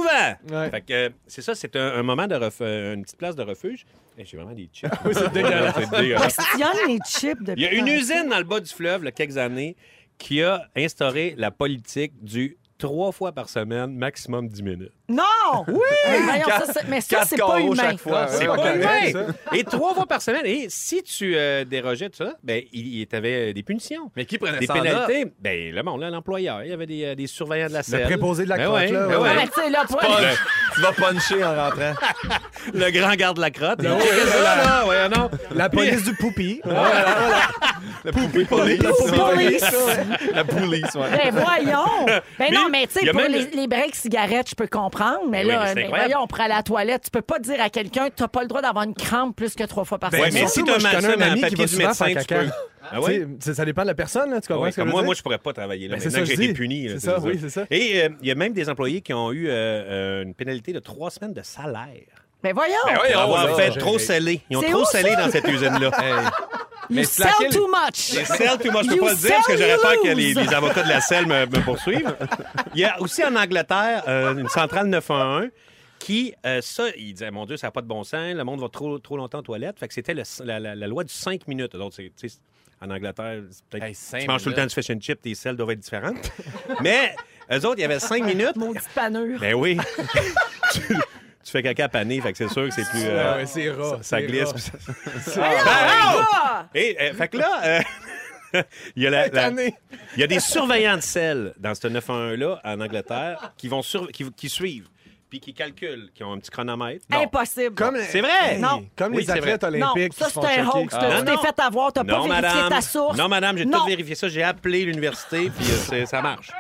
Ouais. Fait que, euh, c'est ça, c'est un, un moment de ref- euh, une petite place de refuge. Hey, J'ai vraiment des chips. Oui, c'est dégueulasse. C'est dégueulasse. Pastillonne les chips de Il y a une usine dans le bas du fleuve, il y a quelques années, qui a instauré la politique du trois fois par semaine, maximum 10 minutes. Non! Oui! mais ça, Quatre c'est pas coraux humain. chaque fois, C'est ouais, pas ouais. vrai. Ah, Et trois fois par semaine. Et si tu euh, dérogeais tout ça, ben, il, il t'avait euh, des punitions. Mais qui prenait Des ça en pénalités, ben, le monde, là, l'employeur, il y avait des, euh, des surveillants de la selle. préposé de la Ben crotte, ouais, là, ben Ah, ouais. mais tu sais, là, pour- note? Tu vas puncher en rentrant. Le grand garde la crotte. ouais, Qu'est-ce que la- ça, là? Ouais, non. La police du poupi. La police. La police. La police, ouais. Ben voyons! Ben non, mais tu il y sais, a pour même- les, les breaks cigarettes, je peux comprendre, mais Ben oui, là, mais c'est ben incroyable. voyons, on prend la toilette. Tu peux pas dire à quelqu'un, t'as pas le droit d'avoir une crampe plus que trois fois par Ben, semaine. mais si Surtout, t'as moi, un je connais maximum un à ami qui papier va du souvent médecin, faire tu caca. peux. Ah ouais? Tu sais, Ça ça dépend de la personne, là, tu comprends Ouais, ce que comme je moi, veux moi, dire? je pourrais pas travailler. Là, Ben, c'est maintenant ça que que j'ai je été dis. puni. là, C'est ça, oui, c'est ça. Et euh, il y a même des employés qui ont eu euh, euh, une pénalité de trois semaines de salaire. Mais voyons! Pour oh, avoir là, fait ah j'ai- trop scellé. Ils ont C'est trop où, scellé dans cette usine-là. you slacker sell les- too much! Les selles, tout, moi, je peux You pas le dire parce que sell, j'aurais you peur que les, lose. les avocats de la selle me, me poursuivent. Il y a aussi en Angleterre euh, une centrale 911 qui, euh, ça, ils disaient, mon Dieu, ça n'a pas de bon sens, le monde va trop, trop longtemps aux toilettes. Fait que c'était le- la, la- la loi du 5 minutes. Eux autres, c'est- tu sais, en Angleterre, c'est peut-être, Hey, cinq tu manges tout le temps du minutes. fish and chip, tes selles doivent être différentes. Mais eux autres, il y avait 5 minutes. Maudite panure. Ben oui. tu, tu fais caca pané, fait que c'est sûr que c'est plus. Ah euh, Ouais, ouais, c'est rare. ça, ça c'est glisse. rare. puis ça- Ah, oh! Et, euh, fait que là, euh, il y a la- la- Tanné. il y a des surveillants de sel dans ce 911-là en Angleterre qui, vont sur- qui, qui suivent puis qui calculent, qui ont un petit chronomètre. Bon. Impossible. Comme- Ben, C'est vrai! Non. Comme Oui, les c'est vrai. athlètes Non, olympiques. ça qui c'est se font un checker. hoax. Ah, Tu non. t'es fait avoir, t'as pas Non, vérifié madame. ta source. Non, madame, j'ai Non. tout vérifié ça. J'ai appelé l'université, puis euh, c'est- ça marche.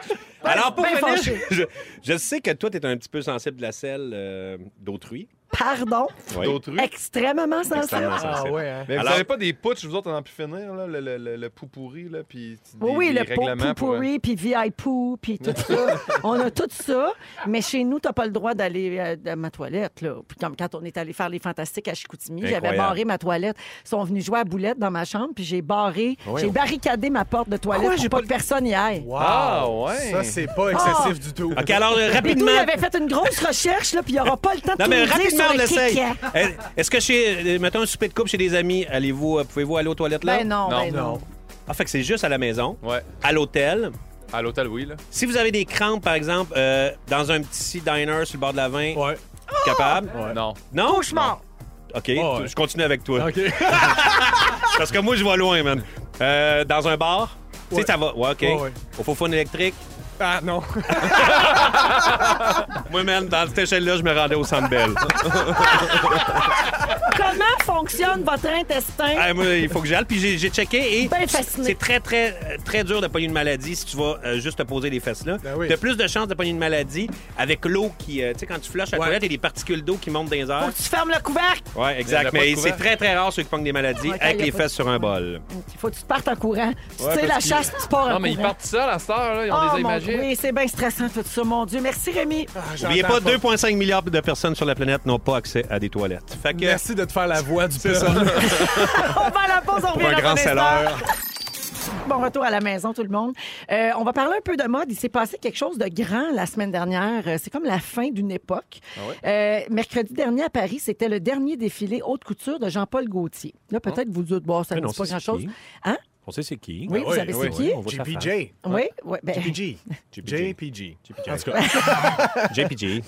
Alors, pour ben finir, fâché. je, je sais que toi, tu es un petit peu sensible de la selle euh, d'autrui. Pardon. D'autrui. Extrêmement sensible. Extrêmement Ah sensible. ouais, hein. Mais vous Alors- avez pas des putsch, vous autres, on en a pu finir, là, le, le, le, le pou pourri, là, puis des- Oui, oui, des le règlements pot euh, pourri, puis VIP, puis tout ça. on a tout ça, mais chez nous, t'as pas le droit d'aller euh, à ma toilette. Là. Puis comme quand on est allé faire les fantastiques à Chicoutimi, j'avais Incroyable. barré ma toilette. Ils sont venus jouer à boulette dans ma chambre, puis j'ai barré, j'ai barricadé ma porte de toilette pour pas que personne y aille. Wow. Ah, ouais. Ça, c'est pas excessif du tout. Ah. OK, alors, euh, Et tout, rapidement. il avait fait une grosse recherche, là, puis il n'y aura pas le temps de Non, tout mais nous dire rapidement, sur on le l'essaye. kékette. Euh, Est-ce que chez, euh, mettons, un souper de couple chez des amis, allez-vous, euh, pouvez-vous aller aux toilettes là? Ben non, ben non. Non. Ah, fait que c'est juste à la maison, Ouais. à l'hôtel. À l'hôtel, oui, là. Si vous avez des crampes, par exemple, euh, dans un petit diner sur le bord de la vin, Ouais. capable? Non. Non? Cauchemar! OK, Ouais. je continue avec toi. OK. Parce que moi, je vais loin, man. Euh, dans un bar, tu sais, ça va. Ouais, OK. Ouais, ouais. Au faux fun électrique. Ah, non. Moi, man, dans cette échelle-là, je me rendais au Centre Bell. Comment fonctionne votre intestin? Ah, moi, il faut que j'aille. Puis j'ai j'ai checké et Ben fasciné. c'est très, très, euh, très dur de pogner une maladie si tu vas euh, juste te poser les fesses là. Ben oui. T'as plus de chances de pogner une maladie avec l'eau qui. euh, tu sais, quand tu flushes la toilette, il y a des particules d'eau qui montent dans les Faut airs. que tu fermes le couvercle. Ouais, Il y a exact. pas de Mais couvert. c'est très, très rare ceux qui pognent des maladies Ouais, avec il y a les pas de fesses sur un bol. Il faut que tu partes en courant. Ouais, tu sais, la parce que- chasse, tu pars en Non, mais ils courant. partent seuls à cette heure, là. Ils ont Ah, des Ah. mon- images. Oui, c'est bien stressant tout ça, mon Dieu. Merci, Rémi. N'oubliez pas, 2,5 milliards de personnes sur la planète n'ont pas accès à des toilettes. Fait que. Merci de te faire la voix du peuple. on va à la pause, on Pour un revient dans grand un instant. salaire. Bon retour à la maison, tout le monde. Euh, on va parler un peu de mode. Il s'est passé quelque chose de grand la semaine dernière. Euh, C'est comme la fin d'une époque. Ah Euh, mercredi dernier à Paris, c'était le dernier défilé haute couture de Jean-Paul Gaultier. Là, peut-être vous dites, bon, ça Ah. Mais ne non, dit pas c'est qui? grand-chose. Hein? On sait c'est qui. Oui, vous savez c'est qui? GPJ. Ah. Oui, oui. ben- GPJ. JPG. En tout cas. JPG.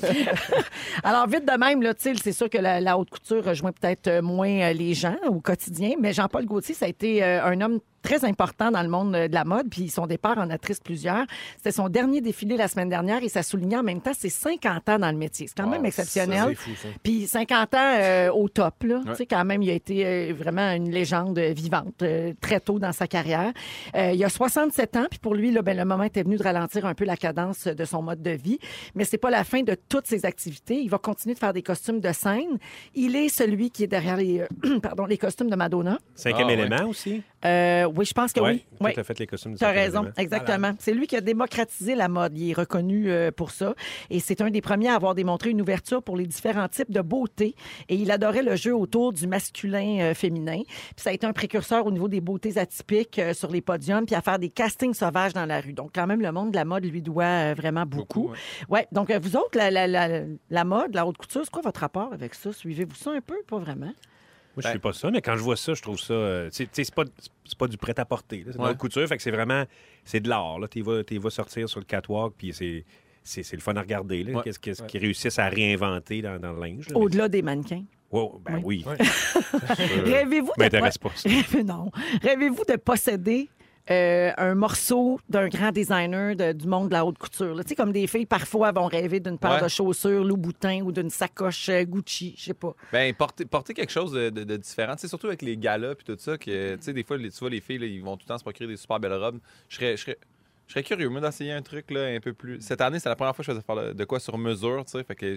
Alors, vite de même, là, tu sais, c'est sûr que la, la haute couture rejoint peut-être euh, moins euh, les gens au quotidien, mais Jean-Paul Gaultier, ça a été euh, un homme très important dans le monde euh, de la mode, puis son départ en attriste plusieurs. C'était son dernier défilé la semaine dernière et ça soulignait en même temps ses 50 ans dans le métier. C'est quand même exceptionnel. ça, c'est fou, ça. Puis 50 ans euh, au top, là. Ouais. Tu sais, quand même, il a été euh, vraiment une légende euh, vivante euh, très tôt dans sa carrière. Euh, il a 67 ans, puis pour lui, là, ben, le moment était venu de ralentir un peu la cadence de son mode de vie. Mais c'est pas la fin de toutes ses activités. Il va continuer de faire des costumes de scène. Il est celui qui est derrière les, euh, pardon, les costumes de Madonna. Cinquième Ah, ouais. élément aussi. Euh, oui, je pense que Ouais, oui. toi, Oui. t'as fait les costumes du T'as cinquième raison, élément. exactement. C'est lui qui a démocratisé la mode. Il est reconnu euh, pour ça. Et c'est un des premiers à avoir démontré une ouverture pour les différents types de beauté. Et il adorait le jeu autour du masculin-féminin. Puis ça a été un précurseur au niveau des beautés atypiques euh, sur les podiums, puis à faire des castings sauvages dans la rue. Donc, quand même, le monde de la mode lui doit euh, vraiment beaucoup. ouais. donc euh, vous autres, la, la- la- la mode, la haute couture, c'est quoi votre rapport avec ça? Suivez-vous ça un peu? Pas vraiment. Moi, je suis pas ça, mais quand je vois ça, je trouve ça. euh, tu sais, tu sais, c'est pas, c'est pas du prêt-à-porter. là. C'est de la Ouais. haute couture, fait que c'est vraiment. C'est de l'art. Tu vas, t'y vas sortir sur le catwalk, puis c'est. C'est c'est le fun à regarder, là, Ouais. qu'est-ce qu'est-ce Ouais. qu'ils réussissent à réinventer dans, dans le linge. là. Mais- Au-delà des mannequins. Wow, ben oui. Euh, Rêvez-vous de m'intéresse po- pas, ça. Rêvez- non. Rêvez-vous de posséder euh, un morceau d'un grand designer de- du monde de la haute couture. là. Tu sais, comme des filles parfois vont rêver d'une paire Ouais. de chaussures Louboutin ou d'une sacoche euh, Gucci, je sais pas. Ben, porter, porter quelque chose de, de- de différent, tu sais, surtout avec les galas puis tout ça, que, tu sais, des fois, les- tu vois, les filles, là, ils vont tout le temps se procurer des super belles robes. Je serais, je serais, je serais curieux, moi, d'essayer un truc, là, un peu plus... Cette année, c'est la première fois que je faisais faire le- de quoi sur mesure, tu sais, fait que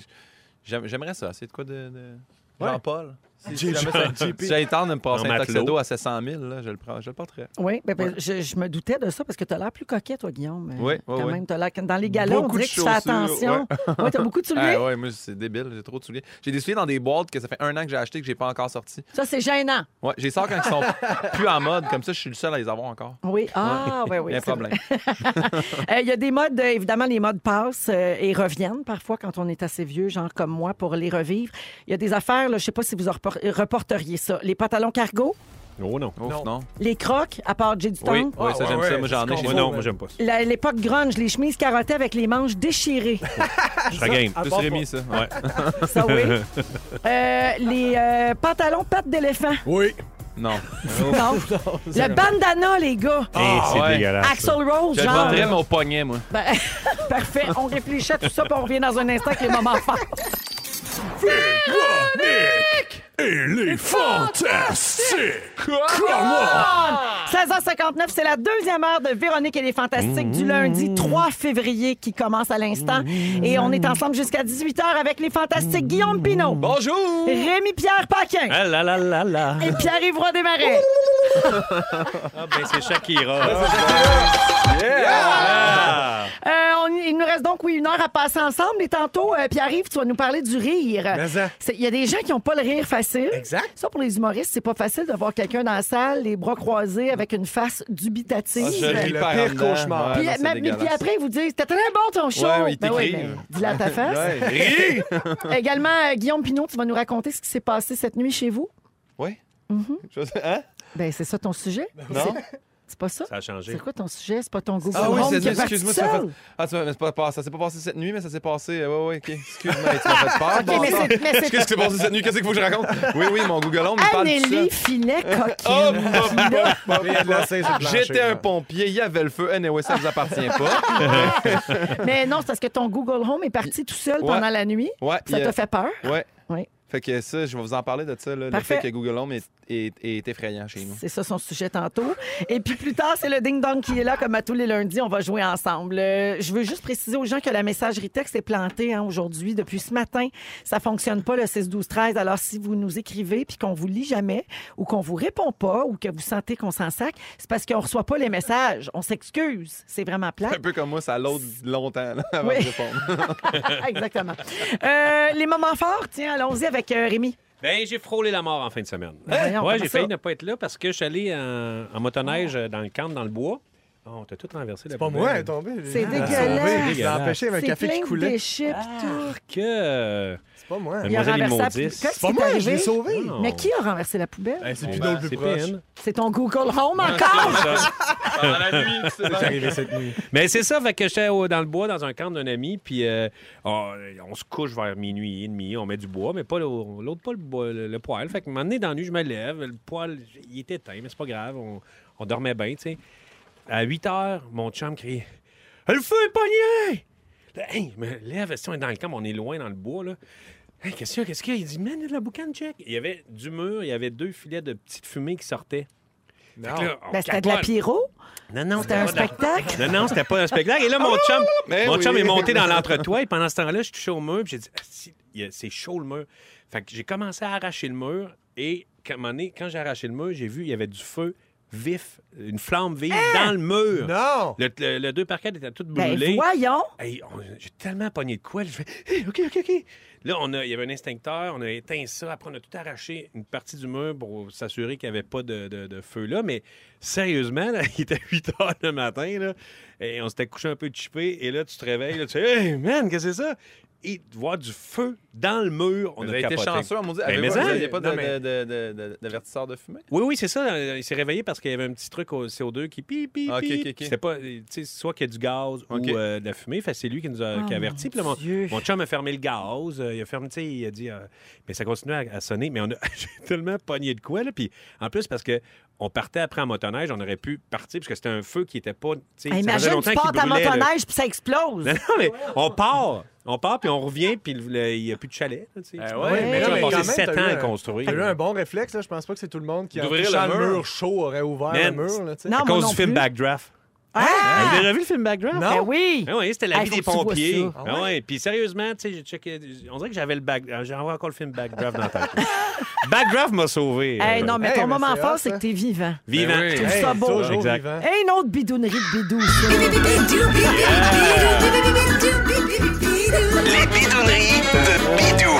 j'aime- j'aimerais ça, essayer de quoi de... de- Ouais. Jean-Paul. Si, Jean- si jamais ça- JP. si j'avais le temps de me passer En un matelot. tuxedo à 700 000, là, je le, prends, je le porterais. Oui, ben, ben, je, je me doutais de ça parce que tu as l'air plus coquet, toi, Guillaume. Euh, Oui, oui, Quand oui. même, t'as l'air- Dans les galas, on Beaucoup de dirait que tu fais chaussures, attention. ouais. Ouais, t'as beaucoup de souliers. Ah ouais, moi, c'est débile, j'ai trop de souliers. J'ai des souliers dans des boîtes que ça fait un an que j'ai acheté que j'ai pas encore sorti. Ça, c'est gênant. Ouais, j'ai sors quand ils sont plus en mode, comme ça, je suis le seul à les avoir encore. Oui, ah, oui, Il oui. y a un c'est vrai. problème. Euh, Il y a des modes, euh, évidemment, les modes passent euh, et reviennent parfois quand on est assez vieux, genre comme moi, pour les revivre. Il y a des affaires, là, je sais pas si vous en repor- reporteriez ça. Les pantalons cargo, Oh non. Ouf, non. les crocs, à part J. du Oui, temps. oui, ça, Ah, j'aime ça. Moi, j'en ai chez Moi, nous. ben. non, moi, j'aime pas ça. La- L'époque grunge, les chemises carottées avec les manches déchirées. Je serais game. Plus Rémi, ça. Ouais. Ça, oui. Euh, les euh, pantalons pattes d'éléphant. Oui. Non. Non. Oh, c'est Le bandana, les gars. Eh, Ah, ouais. Axel Rose, Je le genre. vendrais mon poignet, moi. Ben, parfait. On réfléchit à tout ça, puis on revient dans un instant avec les moments forts. Véronique et les Fantastiques! Comment? 16h59, c'est la deuxième heure de Véronique et les Fantastiques du Mmh. lundi 3 février qui commence à l'instant. Et on est ensemble jusqu'à 18h avec les Fantastiques Guillaume Pinault. Bonjour! Rémi-Pierre Paquin. Ah là là là là. Et Pierre-Yvroy Desmarais. Ah ben c'est Shakira. Ah, Ah, Ah, Euh, on- il nous reste donc, oui, une heure à passer ensemble. Et tantôt, euh, Pierre-Yves, tu vas nous parler du rire. Mais ça. C'est- Il y a des gens qui n'ont pas le rire facile. Exact. Ça, pour les humoristes, c'est pas facile de voir quelqu'un dans la salle, les bras croisés, avec une face dubitative. Ah, je Euh, ris le par pire en dedans. cauchemar. puis, Ouais, non, mais- c'est mais- puis dégueulasse. après, ils vous disent C'était très bon ton show. Ouais, oui, Ben oui, t'écris. ben, dis-le à ta face. Ouais. Ris! Également, euh, Guillaume Pinot, tu vas nous raconter ce qui s'est passé cette nuit chez vous. Oui? Je sais- Hein? Ben, c'est ça ton sujet. Non? C'est- C'est pas ça? Ça a changé. C'est quoi ton sujet? C'est pas ton goût. Ah oui, c'est c'est ça, excuse-moi, tu m'as fait. Ah, tu m'as- mais c'est pas, pas- ça s'est pas passé cette nuit, mais ça s'est passé. euh, ouais, ouais, ok. Excuse-moi, hey, tu m'as fait peur. Ok, bon mais sang. c'est- mais c'est- Qu'est-ce qui s'est passé cette nuit? Qu'est-ce qu'il faut que je raconte? Oui, oui, mon Google Home, il parle de ça. Anneli Filet Oh, Coquille. bah, bah, bah, Il y ben, a de la scène sur le plancher, J'étais là. un pompier, il y avait le feu. Anyway, ça vous appartient pas. Mais non, c'est parce que ton Google Home est parti tout seul pendant Ouais. la nuit. Ouais, Ça il y a- t'a fait peur. Ouais. Oui. Fait que ça, je vais vous en parler de ça. Là, le Parfait. fait que Google Home est, est- est effrayant chez nous. C'est ça son sujet tantôt. Et puis plus tard, c'est le ding-dong qui est là, comme à tous les lundis, on va jouer ensemble. Euh, je veux juste préciser aux gens que la messagerie texte est plantée hein, aujourd'hui. Depuis ce matin, ça fonctionne pas le 6-12-13. Alors si vous nous écrivez puis qu'on vous lit jamais ou qu'on vous répond pas ou que vous sentez qu'on s'en sac, c'est parce qu'on reçoit pas les messages. On s'excuse. C'est vraiment plat. Un peu comme moi, ça l'aude longtemps là, avant Ah. de Oui. répondre. Ah, Exactement. Euh, les moments forts, tiens, allons-y avec euh, Rémi. Ben, j'ai frôlé la mort en fin de semaine. Hein? Voyons, ouais, comment j'ai ça? Oh. failli ne pas être là parce que je suis allé en, en motoneige euh, dans le camp, dans le bois. Oh, on t'a tout renversé. C'est hein, pas moi, elle est tombée. C'est dégueulasse. Je l'ai empêché avec un C'est café qui plein de coulait. déchets, que. puis euh, C'est pas moi. Il a Mademoiselle renversé la poubelle. Immondice. Qu'est-ce qui t'est arrivé? Mais qui a renversé la poubelle? Ben, c'est Bon, Pino ben, le plus c'est proche. PN. C'est ton Google Home encore? Pendant la nuit, c'est C'est arrivé cette nuit. Mais c'est ça, fait que j'étais au- dans le bois, dans un camp d'un ami, puis euh, on, on se couche vers minuit et demi, on met du bois, mais pas le- l'autre, pas le, bois- le, le poêle. Fait que un moment donné, dans la nuit, je me lève, le poêle, il était éteint, mais c'est pas grave, on, on dormait bien, tu sais. À 8 heures, mon chum crie Le feu est pogné! Là, hey, je me lève, si on est dans le camp, on est loin dans le bois, là. Hey, qu'est-ce qu'il y a? Qu'est-ce qu'il y a? Il dit, man, il y a de la boucane, check. Il y avait du mur, il y avait deux filets de petite fumée qui sortaient. Fait que là, on Ben, c'était de la capote. pyro. Non, non, C'était un pas de la- spectacle? Non, non, c'était pas un spectacle. Et là, mon chum, Mais mon oui. chum est monté dans l'entretoit. Et pendant ce temps-là, je touchais au mur. Puis j'ai dit, Ah, si, il y a- c'est chaud le mur. Fait que j'ai commencé à arracher le mur. Et à un moment donné, quand j'ai arraché le mur, j'ai vu il y avait du feu vif, une flamme vive dans le mur. Non! Le, le- le deux parquets était tout Ben, brûlé. voyons! Hey, on- j'ai tellement pogné de quoi. là, Je fais, Hey, OK, OK, OK. Là, on a, il y avait un instincteur, on a éteint ça. Après, on a tout arraché, une partie du mur pour s'assurer qu'il n'y avait pas de, de- de feu là. Mais sérieusement, là, il était 8 heures le matin, là, et on s'était couché un peu chippé. Et là, tu te réveilles, là, tu fais Hey, man, qu'est-ce que c'est ça? Et de voir du feu dans le mur, on On a a été capoté. chanceux, on m'a dit. Ben, avez-vous- mais vous hein? n'aviez pas de- Non, de- mais- de- de- de- d'avertisseur de fumée? oui, oui, c'est ça. Euh, Il s'est réveillé parce qu'il y avait un petit truc au CO2 qui pip, pip, Ah, ok, pip. ok, ok. C'était pas, euh, tu sais, soit qu'il y a du gaz Ok. ou euh, de la fumée. Fait que c'est lui qui nous a Oh, qui a averti. Puis là, mon, Dieu. mon chum a fermé le gaz. euh, il a fermé, tu sais, il a dit. euh, mais ça continue à, à sonner. Mais on a j'ai tellement pogné de quoi, là. Puis en plus, parce que. On partait après en motoneige, on aurait pu partir parce que c'était un feu qui était pas. tu sais, ça faisait imagine, tu longtemps pars qu'il ta brûlait, là. motoneige puis ça explose. Non, non, mais on part. On part, puis on revient, puis le- le- il n'y a plus de chalet. là, tu sais. Tu Eh Ouais, vois, mais on a là, mais passé quand même, 7 t'as ans eu à un- construire. T'as eu un bon réflexe, là. Je pense pas que c'est tout le monde qui a D'ouvrir touché le à mur. chaud aurait ouvert Man, le mur, là, tu sais. à Ah, cause du film Backdraft. Ah! Vous avez déjà vu le film Backdraft? Non. Ben oui! Ah oui, c'était la Ah, vie faut des que tu vois pompiers. ça. Ah Ah ouais. Puis sérieusement, tu sais, j'ai checké- on dirait que j'avais le back... J'ai encore le film Backdraft dans la tête. Backdraft m'a sauvé. Hey, euh, non, mais hey, ton moment c'est fort, hot, c'est ça. Ah. que t'es vivant. Vivant. Ben Je trouve ça beau. Exact. Et une autre bidounerie de bidou. ça. Les bidonneries de Bidou.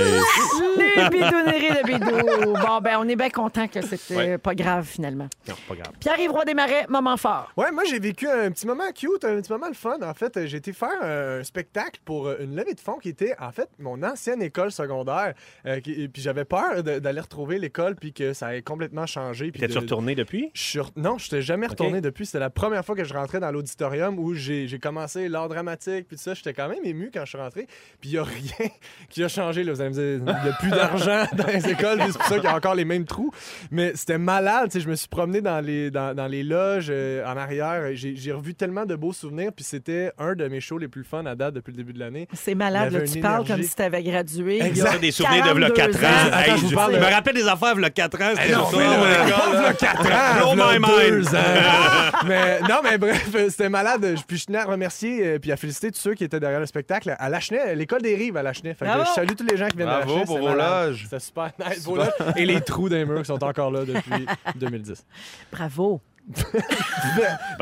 euh, Les bidouneries de bidou. Bon, ben, on est bien content que c'était Ouais. pas grave, finalement. Non, pas grave. Pierre-Yves Roy Desmarais, moment fort. Ouais, moi j'ai vécu un petit moment cute, un petit moment le fun. En fait, j'ai été faire un spectacle pour euh, une levée de fonds qui était en fait mon ancienne école secondaire. Euh, qui- et puis j'avais peur de- d'aller retrouver l'école puis que ça ait complètement changé. Puis T'es-tu de- retourné depuis? Je suis re- Non, je t'ai jamais retourné depuis. C'était la première fois que je rentrais dans l'auditorium où j'ai j'ai commencé l'art dramatique puis tout ça. J'étais quand même ému quand je suis rentré. Puis il y a rien qui a changé. Là. Vous allez me dire, il n'y a plus d'argent dans les écoles. puis C'est pour ça qu'il y a encore les mêmes trous. Mais c'était malade. tu sais, Je me suis promené dans les, dans, dans les loges euh, en arrière. et J'ai j'ai revu tellement de beaux souvenirs. Puis c'était un de mes shows les plus fun à date depuis le début de l'année. C'est malade, Il y là, avait tu une parles énergie. comme si t'avais gradué. il y a Exact. des souvenirs 42 de v'là 4 ans. ans. Hey, je vous je, parle je de- me rappelle des affaires v'là 4 ans. c'était non, ça, mais là, là. v'là V'là 4 Blow v'là my mind. deux ans. mais, non, mais bref, euh, c'était malade. Je- Puis je tenais à remercier euh, puis à féliciter tous ceux qui étaient derrière le spectacle à Lachenay, à l'école des rives à Lachenay. Fait que Bravo. je salue tous les gens qui viennent Bravo de Lachenay. pour c'est vos malade. loges. C'était super nice, vos loges. Et les trous d'un mur qui sont encore là depuis 2010. Bravo.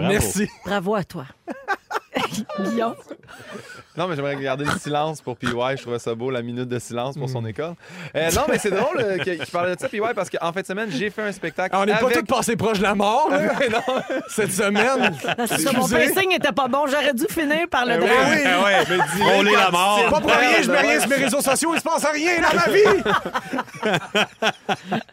Merci. Bravo à toi. Guillaume. Non, mais j'aimerais garder le silence pour PY. Je trouvais ça beau, la minute de silence pour Hmm. son école. Euh, non, mais c'est drôle euh, que- qu'il parle de ça, PY, parce qu'en fin de semaine, j'ai fait un spectacle. Ah, on n'est pas avec- tous passés proche de la mort, là. Cette semaine. Non, c'est ça, mon Excusez. pacing n'était pas bon. J'aurais dû finir par le Ben Eh drame. oui, eh oui, mais dis-le Frôler quand la tu mort. tiens. Pas pour rien, je mets rien sur mes réseaux sociaux, il se passe rien dans ma vie.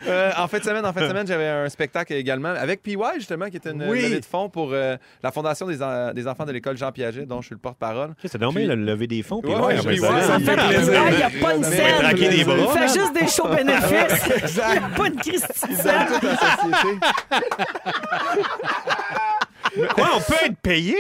Euh, en fin de semaine, en Hein. fin de semaine, j'avais un spectacle également avec PY, justement, qui était une Oui. levée de fonds pour euh, la Fondation des, en- des enfants de l'école Jean Piaget, dont je suis le porte-parole. C'est normal, Puis- le lever des fonds. puis Ouais, ouais, ouais, on va puis se ouais, donner. ça me fait plaisir. Ah, Il n'y a pas une On va scène. traquer des bras. Il fait juste des shows bénéfices. Exact. Il n'y a pas de Christine. Quoi, on peut être payé?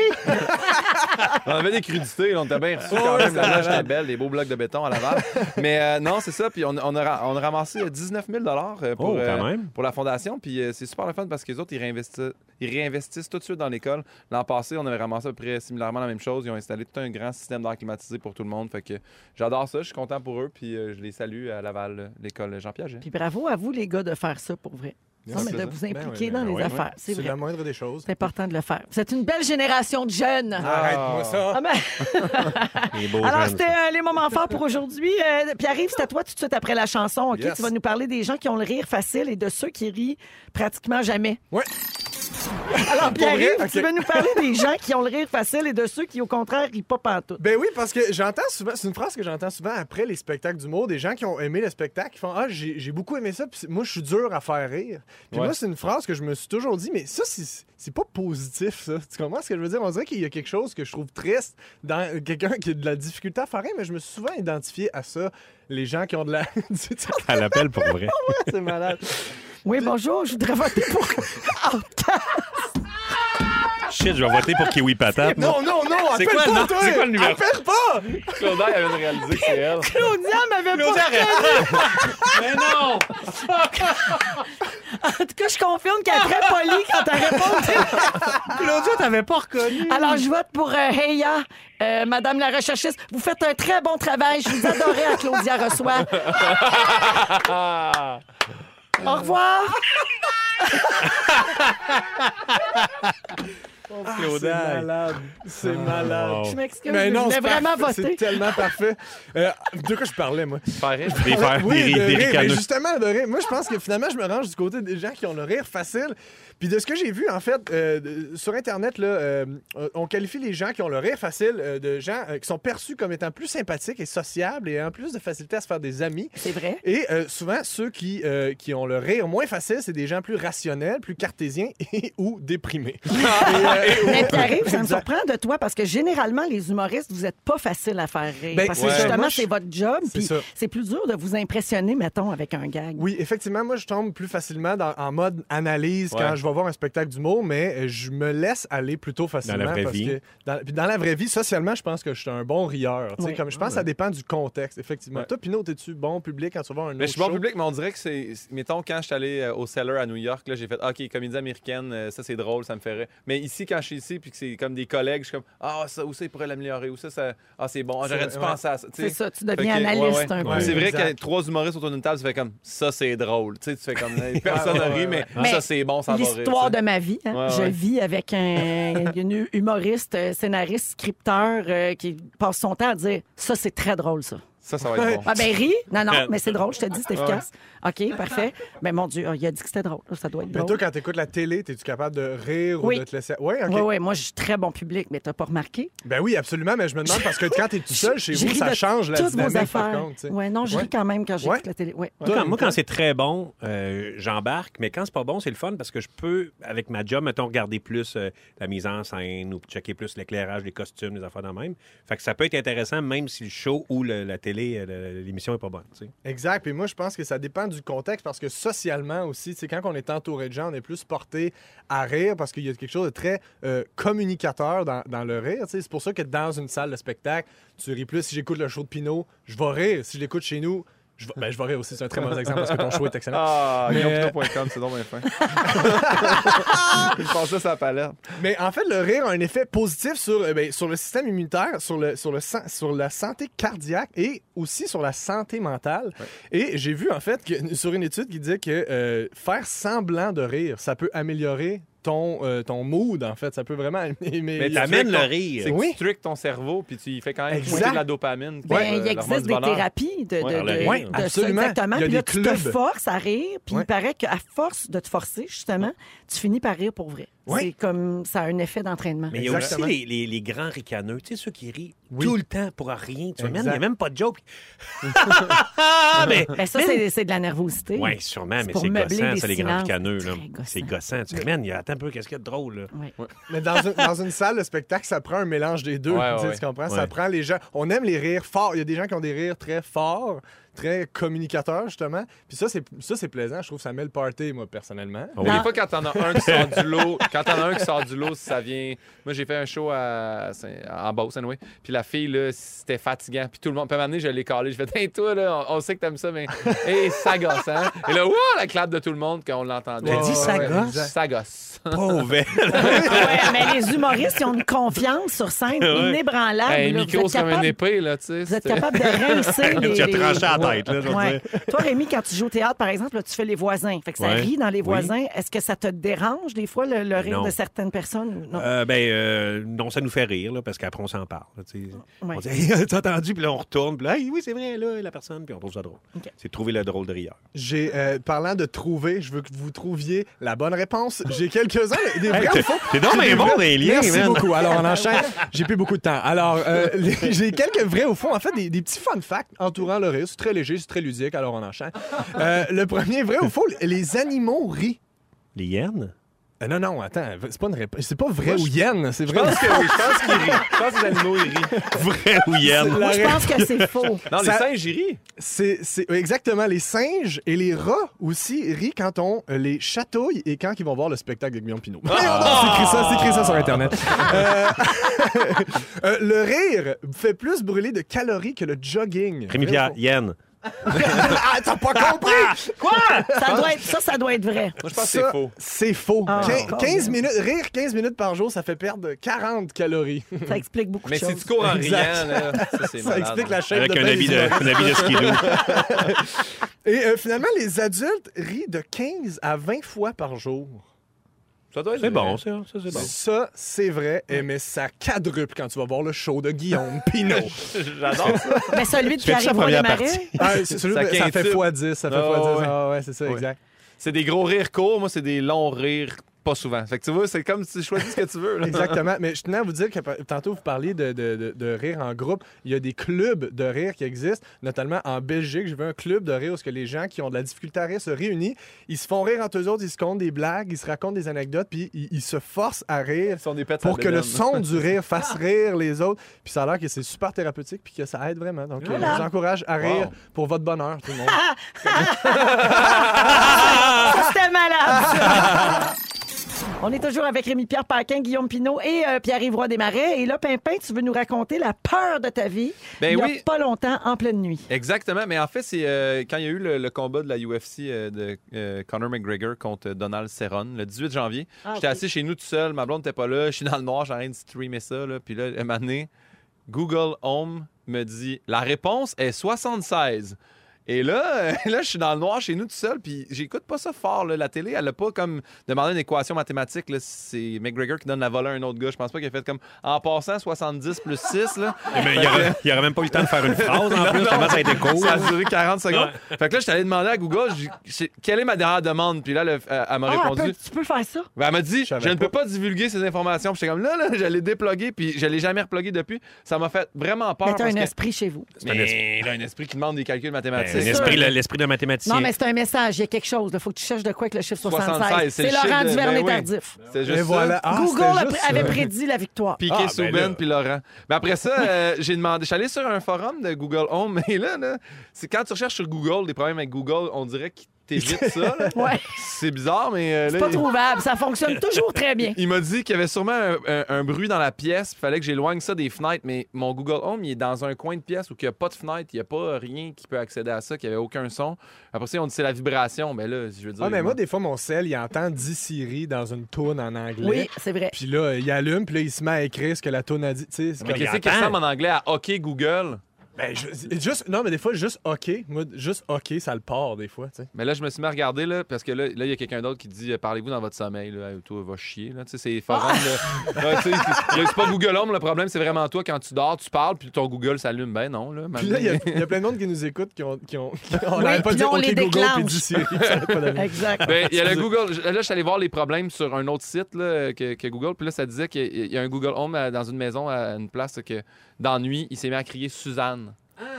On avait des crudités, là, on était bien reçus quand Ouais, même. c'est La plage malade. était belle, des beaux blocs de béton à Laval. Mais euh, non, c'est ça. Puis on, on a, ra- on a ramassé euh, 19 000 euh, pour, Oh, quand euh, même. pour la fondation. Puis euh, c'est super le fun parce que les autres, ils réinvestissent, ils réinvestissent tout de suite dans l'école. L'an passé, on avait ramassé à peu près similairement la même chose. Ils ont installé tout un grand système d'air climatisé pour tout le monde. Fait que j'adore ça. Je suis content pour eux. Puis euh, je les salue à Laval, euh, l'école Jean Piaget. Puis bravo à vous, les gars, de faire ça pour vrai. Yes, Non, mais c'est de ça. vous impliquer Ben oui, dans ben les oui. affaires. C'est C'est vrai. la moindre des choses. C'est important de le faire. Vous êtes une belle génération de jeunes. Arrête-moi ça. Ah, mais- Les beaux Alors, jeunes, c'était euh, les moments forts pour aujourd'hui. Euh, Pierre-Yves, c'est à toi tout de suite après la chanson. OK? Yes. Tu vas nous parler des gens qui ont le rire facile et de ceux qui rient pratiquement jamais. Oui. Alors, Ah, Pour vrai? Pierre-Yves, tu OK. veux nous parler des gens qui ont le rire facile et de ceux qui, au contraire, rient pas pantoute. Ben oui, parce que j'entends souvent, c'est une phrase que j'entends souvent après les spectacles d'humour, des gens qui ont aimé le spectacle, qui font Ah, j'ai j'ai beaucoup aimé ça, puis c'est- moi, je suis dur à faire rire. Puis Ouais. moi, c'est une phrase que je me suis toujours dit, mais ça, c'est c'est pas positif, ça. Tu comprends ce que je veux dire? On dirait qu'il y a quelque chose que je trouve triste dans euh, quelqu'un qui a de la difficulté à faire rire, mais je me suis souvent identifié à ça, les gens qui ont de la. Tu sais, À l'appel pour vrai. c'est malade. Oui, bonjour, je voudrais voter pour. Shit, je vais voter pour Kiwi Patate. Non, moi. non, non, C'est appelle quoi, pas, non, toi! c'est quoi le numéro? Appelle pas! Claudia, elle avait réalisé que c'est elle. Claudia m'avait pas Mais non! En tout cas, je confirme qu'elle est très polie quand elle répond. Claudia, t'avais pas reconnu. Ah! Alors, je vote pour euh, Heya, euh, Madame la recherchiste. Vous faites un très bon travail. Je vous adorais à Claudia Reçoit. Au revoir. Ah, c'est malade. C'est Ah, malade. wow. Je m'excuse, mais je voulais c'est vraiment parfait. voter. C'est tellement parfait. Euh, de quoi je parlais, moi? Des Je parlais- faire- oui, des- de des rire, mais ricaneux. justement, de rire. Moi, je pense que finalement, je me range du côté des gens qui ont le rire facile. Puis de ce que j'ai vu, en fait, euh, de- sur Internet, là, euh, euh, on qualifie les gens qui ont le rire facile euh, de gens euh, qui sont perçus comme étant plus sympathiques et sociables et en plus de facilité à se faire des amis. C'est vrai. Et euh, souvent, ceux qui, euh, qui ont le rire moins facile, c'est des gens plus rationnels, plus cartésiens et euh, ou déprimés. Mais Pierre-Yves, ça me surprend de toi parce que généralement, les humoristes, vous n'êtes pas facile à faire rire. Ben, parce que c'est ça. justement, Moi, je- c'est votre job. C'est puis ça. C'est plus dur de vous impressionner, mettons, avec un gag. Oui, effectivement, moi, je tombe plus facilement dans- en mode analyse Ouais. quand je vais voir un spectacle d'humour, mais euh, je me laisse aller plutôt facilement. vraie parce vie. Que dans, puis dans la vraie vie, socialement, je pense que je suis un bon rieur. tu sais, Ouais. Comme, je pense que ça dépend du contexte, effectivement. Ouais. Toi, Pinot, es-tu bon public quand tu vas voir un autre Mais je suis bon show? public, mais on dirait que c'est. Mettons, quand je suis allé euh, au Cellar à New York, là, j'ai fait OK, comédie américaine, euh, ça c'est drôle, ça me ferait. Mais ici, quand je suis ici, puis que c'est comme des collègues, je suis comme Ah, ça, où ça, il pourrait l'améliorer, ou ça, ça. Ah, c'est bon, Ah, j'aurais dû C'est- penser à ça. C'est ça, tu deviens analyste un peu. C'est vrai que Exact. trois humoristes autour d'une table, tu fais comme Ça c'est drôle. Tu sais, tu fais comme Personne ne Ouais, ouais, rit, mais ouais. ça c'est bon, ça va rire. L'histoire tu de ma vie. hein. Ouais, Je ouais. vis avec un une humoriste, euh, scénariste, scripteur euh, qui passe son temps à dire ça, c'est très drôle, ça. Ça, ça va être bon. Ah ben ris. Non, non, mais c'est drôle, je te dis, c'est efficace. OK, parfait. Mais mon Dieu, il a dit que c'était drôle. Ça doit être Mais toi, drôle. quand tu écoutes la télé, es-tu capable de rire Oui. ou de te laisser. Oui, OK. Oui, oui, moi, je suis très bon public, mais t'as pas remarqué? Ben oui, absolument, mais je me demande parce que quand tu es tout seul chez Je vous, ris ça de change la toutes dynamique, vos affaires. par contre. tu sais. Ouais, non, je Ouais. ris quand même quand j'écoute Ouais. la télé. Ouais. Moi, quand, moi, quand c'est très bon, euh, j'embarque, mais quand c'est pas bon, c'est le fun parce que je peux, avec ma job, mettons, regarder plus euh, la mise en scène ou checker plus l'éclairage, les costumes, les affaires de même. Fait que ça peut être intéressant même si le show ou le- la télé, euh, le- l'émission est pas bonne. tu sais. Exact. Puis moi, je pense que ça dépend du contexte parce que socialement aussi, tu sais, quand on est entouré de gens, on est plus porté à rire parce qu'il y a quelque chose de très euh, communicateur dans, dans le rire. tu sais. C'est pour ça que dans une salle de spectacle, tu ris plus. Si j'écoute le show de Pinot, je vais rire. Si je l'écoute chez nous, je vais, ben, je vais rire aussi. C'est un très bon exemple parce que ton show est excellent. Ah, Mais- guillaumepinot.com, c'est donc bien fin. je pensais ça à la palette. mais en fait, le rire a un effet positif sur, euh, ben, sur le système immunitaire, sur, le, sur, le sang- sur la santé cardiaque et aussi sur la santé mentale. Et j'ai vu, en fait, que, sur une étude qui disait que euh, faire semblant de rire, ça peut améliorer ton, euh, ton mood, en fait. Ça peut vraiment allumer. Mais tu amènes tricks ton- C'est que tu tricks ton cerveau, puis tu y fais quand même Exact. pousser de la dopamine. puis, Ben, euh, il l'hormone existe du des bonheur. thérapie de, de, Ouais, de- oui. de ça, exactement. Puis là, tu te forces à rire. Puis Ouais. il paraît qu'à force de te forcer, justement, tu finis par rire pour vrai. Ouais. C'est comme ça a un effet d'entraînement. Mais il y a aussi les, les- les grands ricaneux, tu sais, ceux qui rient tout le temps pour rien. Tu vois, man, il Exact. n'y a même pas de joke. Ah, mais, Ben, ça, man, c'est, c'est de la nervosité. Oui, sûrement, mais pour c'est meubler gossant, des ça, les grands silences. ricaneux. là. C'est gossant. Tu sais, man, il y a attends un peu, qu'est-ce qu'il y a de drôle, là? Ouais. Mais dans une, dans une salle, le spectacle, ça prend un mélange des deux. Ouais, tu sais, ouais. Tu comprends? Ouais. Ça prend les gens. On aime les rires forts. Il y a des gens qui ont des rires très forts, très communicateurs, justement. Puis ça, c'est ça, c'est plaisant. Je trouve que ça met le party, moi, personnellement. Des fois, quand t'en as un qui sort du lot, quand t'en as un qui sort du lot, ça vient. Moi, j'ai fait un show à Saint- en Beauce, anyway. Puis la fille, là, c'était fatigant. Puis tout le monde, peut m'amener, je l'ai collé. Je fais, hey, toi, là, on, on sait que t'aimes ça, mais. Et ça gosse, hein? Et là, ouah, la clap de tout le monde quand on l'entendait. T'as dit ça gosse? Ça gosse. Pauvre Ah Ouais, mais les humoristes, ils ont une confiance sur scène Ouais. inébranlable. Hey, là. micro, vous êtes c'est comme capable- une épée, là, tu sais. Vous êtes c'était- capable de rincer les... Tu as les- tranché la tête, là, je veux dire. Toi, Rémi, quand tu joues au théâtre, par exemple, là, tu fais les voisins. Fait que ça Ouais. rit dans les Oui. voisins. Est-ce que ça te dérange, des fois, le, le rire Non. de certaines personnes? Non. Euh, ben, euh, non, ça nous fait rire, là, parce qu'après, on s'en parle. là, tu sais. Ouais. On dit, hey, t'as entendu? Puis là, on retourne. Puis là, Hey, oui, c'est vrai, là, la personne. Puis on trouve ça drôle. C'est trouver le drôle de rieur. J'ai euh, parlant de trouver, je veux que vous trouviez la bonne réponse. J'ai quelques-uns mais des Hey, vrais t'es- ou faux. t'es donc J'ai bien des bon vrais- dans les liens, Merci man. beaucoup. Alors on enchaîne. J'ai plus beaucoup de temps. Alors euh, les- j'ai quelques vrais ou faux. En fait, des, des petits fun facts entourant le rire. C'est très léger, c'est très ludique. Alors on enchaîne. Euh, le premier vrai ou faux les animaux rient. Les hyènes? Euh, non, non, attends, c'est pas une réponse. C'est pas vrai ou hyène, c'est Je vrai. pense ou que faux. oui, je pense qu'il rit. Je pense que les animaux, ils rient. Vrai ou hyène? Moi, je pense que c'est faux. Non, les Ça- singes, ils rient. C'est, c'est- exactement les singes et les rats aussi rient quand on euh, les chatouille et quand ils vont voir le spectacle de Guillaume Pinot. Ah! c'est écrit ça, c'est écrit ça sur internet. Euh, euh, le rire fait plus brûler de calories que le jogging. Rémi Pierre, hyène. ah, t'as pas compris Quoi Ça, doit être, ça, ça doit être vrai. Moi, Ça, C'est faux. Ah. Quin- 15 minutes, rire 15 minutes par jour, ça fait perdre 40 calories. Ça explique beaucoup Mais de si choses. tu cours en Exact. riant, là, ça, c'est malade. hein. explique la chaîne Avec de un bain habit de- du un habit de skidoo. Et euh, finalement, les adultes rient de 15 à 20 fois par jour. Ça doit être C'est bon, ça, ça, c'est bon. Ça, c'est vrai, eh, mais ça quadruple quand tu vas voir le show de Guillaume Pinot. J'adore ça. Mais celui de Tu fais-tu Pierre-Yves sa première Roy-Desmarais? partie? Ah, c'est celui de- ça fait quintuple. x10, ça fait x10. Ah ouais, c'est ça, exact. C'est des gros rires courts, moi, c'est des longs rires pas souvent. Fait que tu vois, c'est comme si tu choisis ce que tu veux. là. Exactement. Mais je tenais à vous dire que par- tantôt, vous parliez de, de- de- de rire en groupe. Il y a des clubs de rire qui existent, notamment en Belgique. J'ai vu un club de rire où ce que les gens qui ont de la difficulté à rire se réunissent. Ils se font rire entre eux autres, ils se comptent des blagues, ils se racontent des anecdotes, puis ils, ils se forcent à rire des pets, pour ça que le dédonne. son du rire fasse rire les autres. Puis ça a l'air que c'est super thérapeutique, puis que ça aide vraiment. Donc, euh, Voilà. je vous encourage à rire Wow. pour votre bonheur, tout le monde. Ah, Ça, Ah, C'était malade. ça. On est toujours avec Rémi-Pierre Paquin, Guillaume Pinot et euh, Pierre-Yves Roy Desmarais. Et là, Pimpin, tu veux nous raconter la peur de ta vie Ben il y oui. a pas longtemps, en pleine nuit. Exactement, mais en fait, c'est euh, quand il y a eu le, le combat de la UFC euh, de euh, Conor McGregor contre Donald Cerrone le 18 janvier. Ah, J'étais ok. assis chez nous tout seul, ma blonde n'était pas là, je suis dans le noir, j'ai rien de streamer ça. Là, puis là, un moment donné, Google Home me dit la réponse est 76. Et là, euh, là, je suis dans le noir chez nous tout seul, puis j'écoute pas ça fort. là. La télé, elle a pas comme demandé une équation mathématique. là. C'est McGregor qui donne la volée à un autre gars. Je pense pas qu'il a fait comme en passant 70 plus 6. Là. Mais Eh ben, il Fait n'y que- aurait, il aurait même pas eu le temps de faire une phrase en Non, plus, non. comment ça a été court. Ça a duré 40 secondes. Fait que là, je suis allé demander à Google, j'ai- j'ai- quelle est ma dernière demande? Puis là, le- euh, elle, elle m'a Ah, répondu. peu- tu peux faire ça? Ben, elle m'a dit, je, savais ne peux pas divulguer ces informations. Puis j'étais comme, là, là, j'allais déploguer, puis je l'ai jamais replogué depuis. Ça m'a fait vraiment peur. Mais t'as parce un que- esprit chez vous. Mais là, un esprit qui demande des calculs mathématiques. Ben, l'esprit- le- l'esprit d'un mathématicien. Non, mais c'est un message. Il y a quelque chose. Il faut que tu cherches de quoi avec le chiffre 76. 76, c'est c'est le chiffre Laurent de- Duvernay ben oui. tardif. C'est juste Et ça. voilà. Ah, Google c'était a juste pr- avait ça. prédit la victoire. Piqué, Ah, ben Souben, là. puis Laurent. Mais après ça, euh, j'ai demandé. Je suis allé sur un forum de Google Home, mais là, là, c'est quand tu recherches sur Google des problèmes avec Google, on dirait qu'il t'évite ça. là. Ouais. C'est bizarre, mais. euh, C'est là, pas il- trouvable. Ça fonctionne toujours très bien. Il m'a dit qu'il y avait sûrement un, un- un bruit dans la pièce, il fallait que j'éloigne ça des fenêtres, mais mon Google Home, il est dans un coin de pièce où il n'y a pas de fenêtre, il n'y a pas rien qui peut accéder à ça, qu'il n'y avait aucun son. Après ça, on dit c'est la vibration, mais là, je veux dire. Ah, mais moi, des fois, mon sel, il entend 10 Siri dans une toune en anglais. Oui, c'est vrai. Puis là, il allume, puis là, il se met à écrire ce que la toune a dit. Tu sais, c'est Mais comme- qu'est-ce qui ressemble en anglais à OK Google? Ben, je- juste, non, mais des fois, juste OK. Moi, juste OK, ça le part des fois, tu sais. Mais là, je me suis mis à regarder, là, parce que là, là, il y a quelqu'un d'autre qui dit euh, Parlez-vous dans votre sommeil, là, Hey, toi, va chier. Là. Tu sais, C'est forum. Ah! là. Ouais, tu sais, c'est là, c'est pas Google Home, le problème, c'est vraiment toi quand tu dors, tu parles, puis ton Google s'allume. Ben non, là. Puis là, il y, a- il y a plein de monde qui nous écoute qui ont. Qui ont qui- on Oui, n'arrête pas puis de dire on OK les Google puis déclenche. dit Siri, ça n'a pas d'allure. Ben, il y a le Google. je- Là, je suis allé voir les problèmes sur un autre site là, que, que Google. Puis là, ça disait qu'il y a un Google Home à- dans une maison, à une place que dans nuit, il s'est mis à crier Suzanne.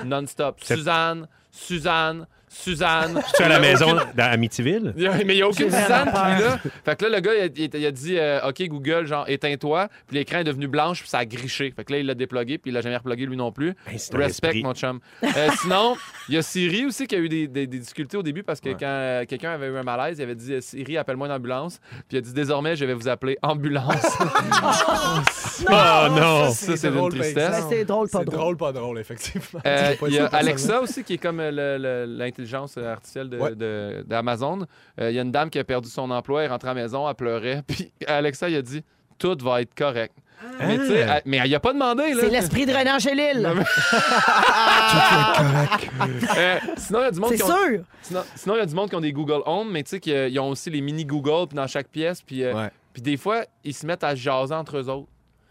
Non-stop. Suzanne, Suzanne, Suzanne. Tu es à la Il y a maison aucune- dans Amityville? Il y a- mais il n'y a aucune J'ai Suzanne qui vraiment est peur. là. Fait que là, le gars, il a, il a- il a dit euh, OK, Google, genre, éteins-toi. Puis l'écran est devenu blanche, puis ça a griché. Fait que là, il l'a déplogué, puis il l'a jamais replogué lui non plus. un Respect, esprit. mon chum. Euh, sinon, il y a Siri aussi qui a eu des, des- des difficultés au début parce que quand euh, quelqu'un avait eu un malaise, il avait dit euh, Siri, appelle-moi une ambulance. Puis il a dit Désormais, je vais vous appeler ambulance. Ah, non! Ça, Ça, Ben, c'est c'est une drôle, par tristesse. Ben, exemple. C'est drôle, pas drôle, effectivement. Euh, C'est pas Il y a ça, personnellement. Alexa aussi qui est comme euh, le- le- l'intelligence artificielle de- Ouais. de- d'Amazon. Euh, il y a une dame qui a perdu son emploi, elle est rentrée à la maison, elle pleurait. Puis Alexa, il a dit Tout va être correct. Mais tu sais, elle- mais elle y a pas demandé. là. C'est l'esprit de René Angélil. Euh, sinon, il y a du monde C'est qui ont... sûr. Sinon, sinon, il y a du monde qui ont des Google Home, mais tu sais qu'ils ils ont aussi les mini Google puis dans chaque pièce. Puis, euh, puis des fois, ils se mettent à jaser entre eux autres.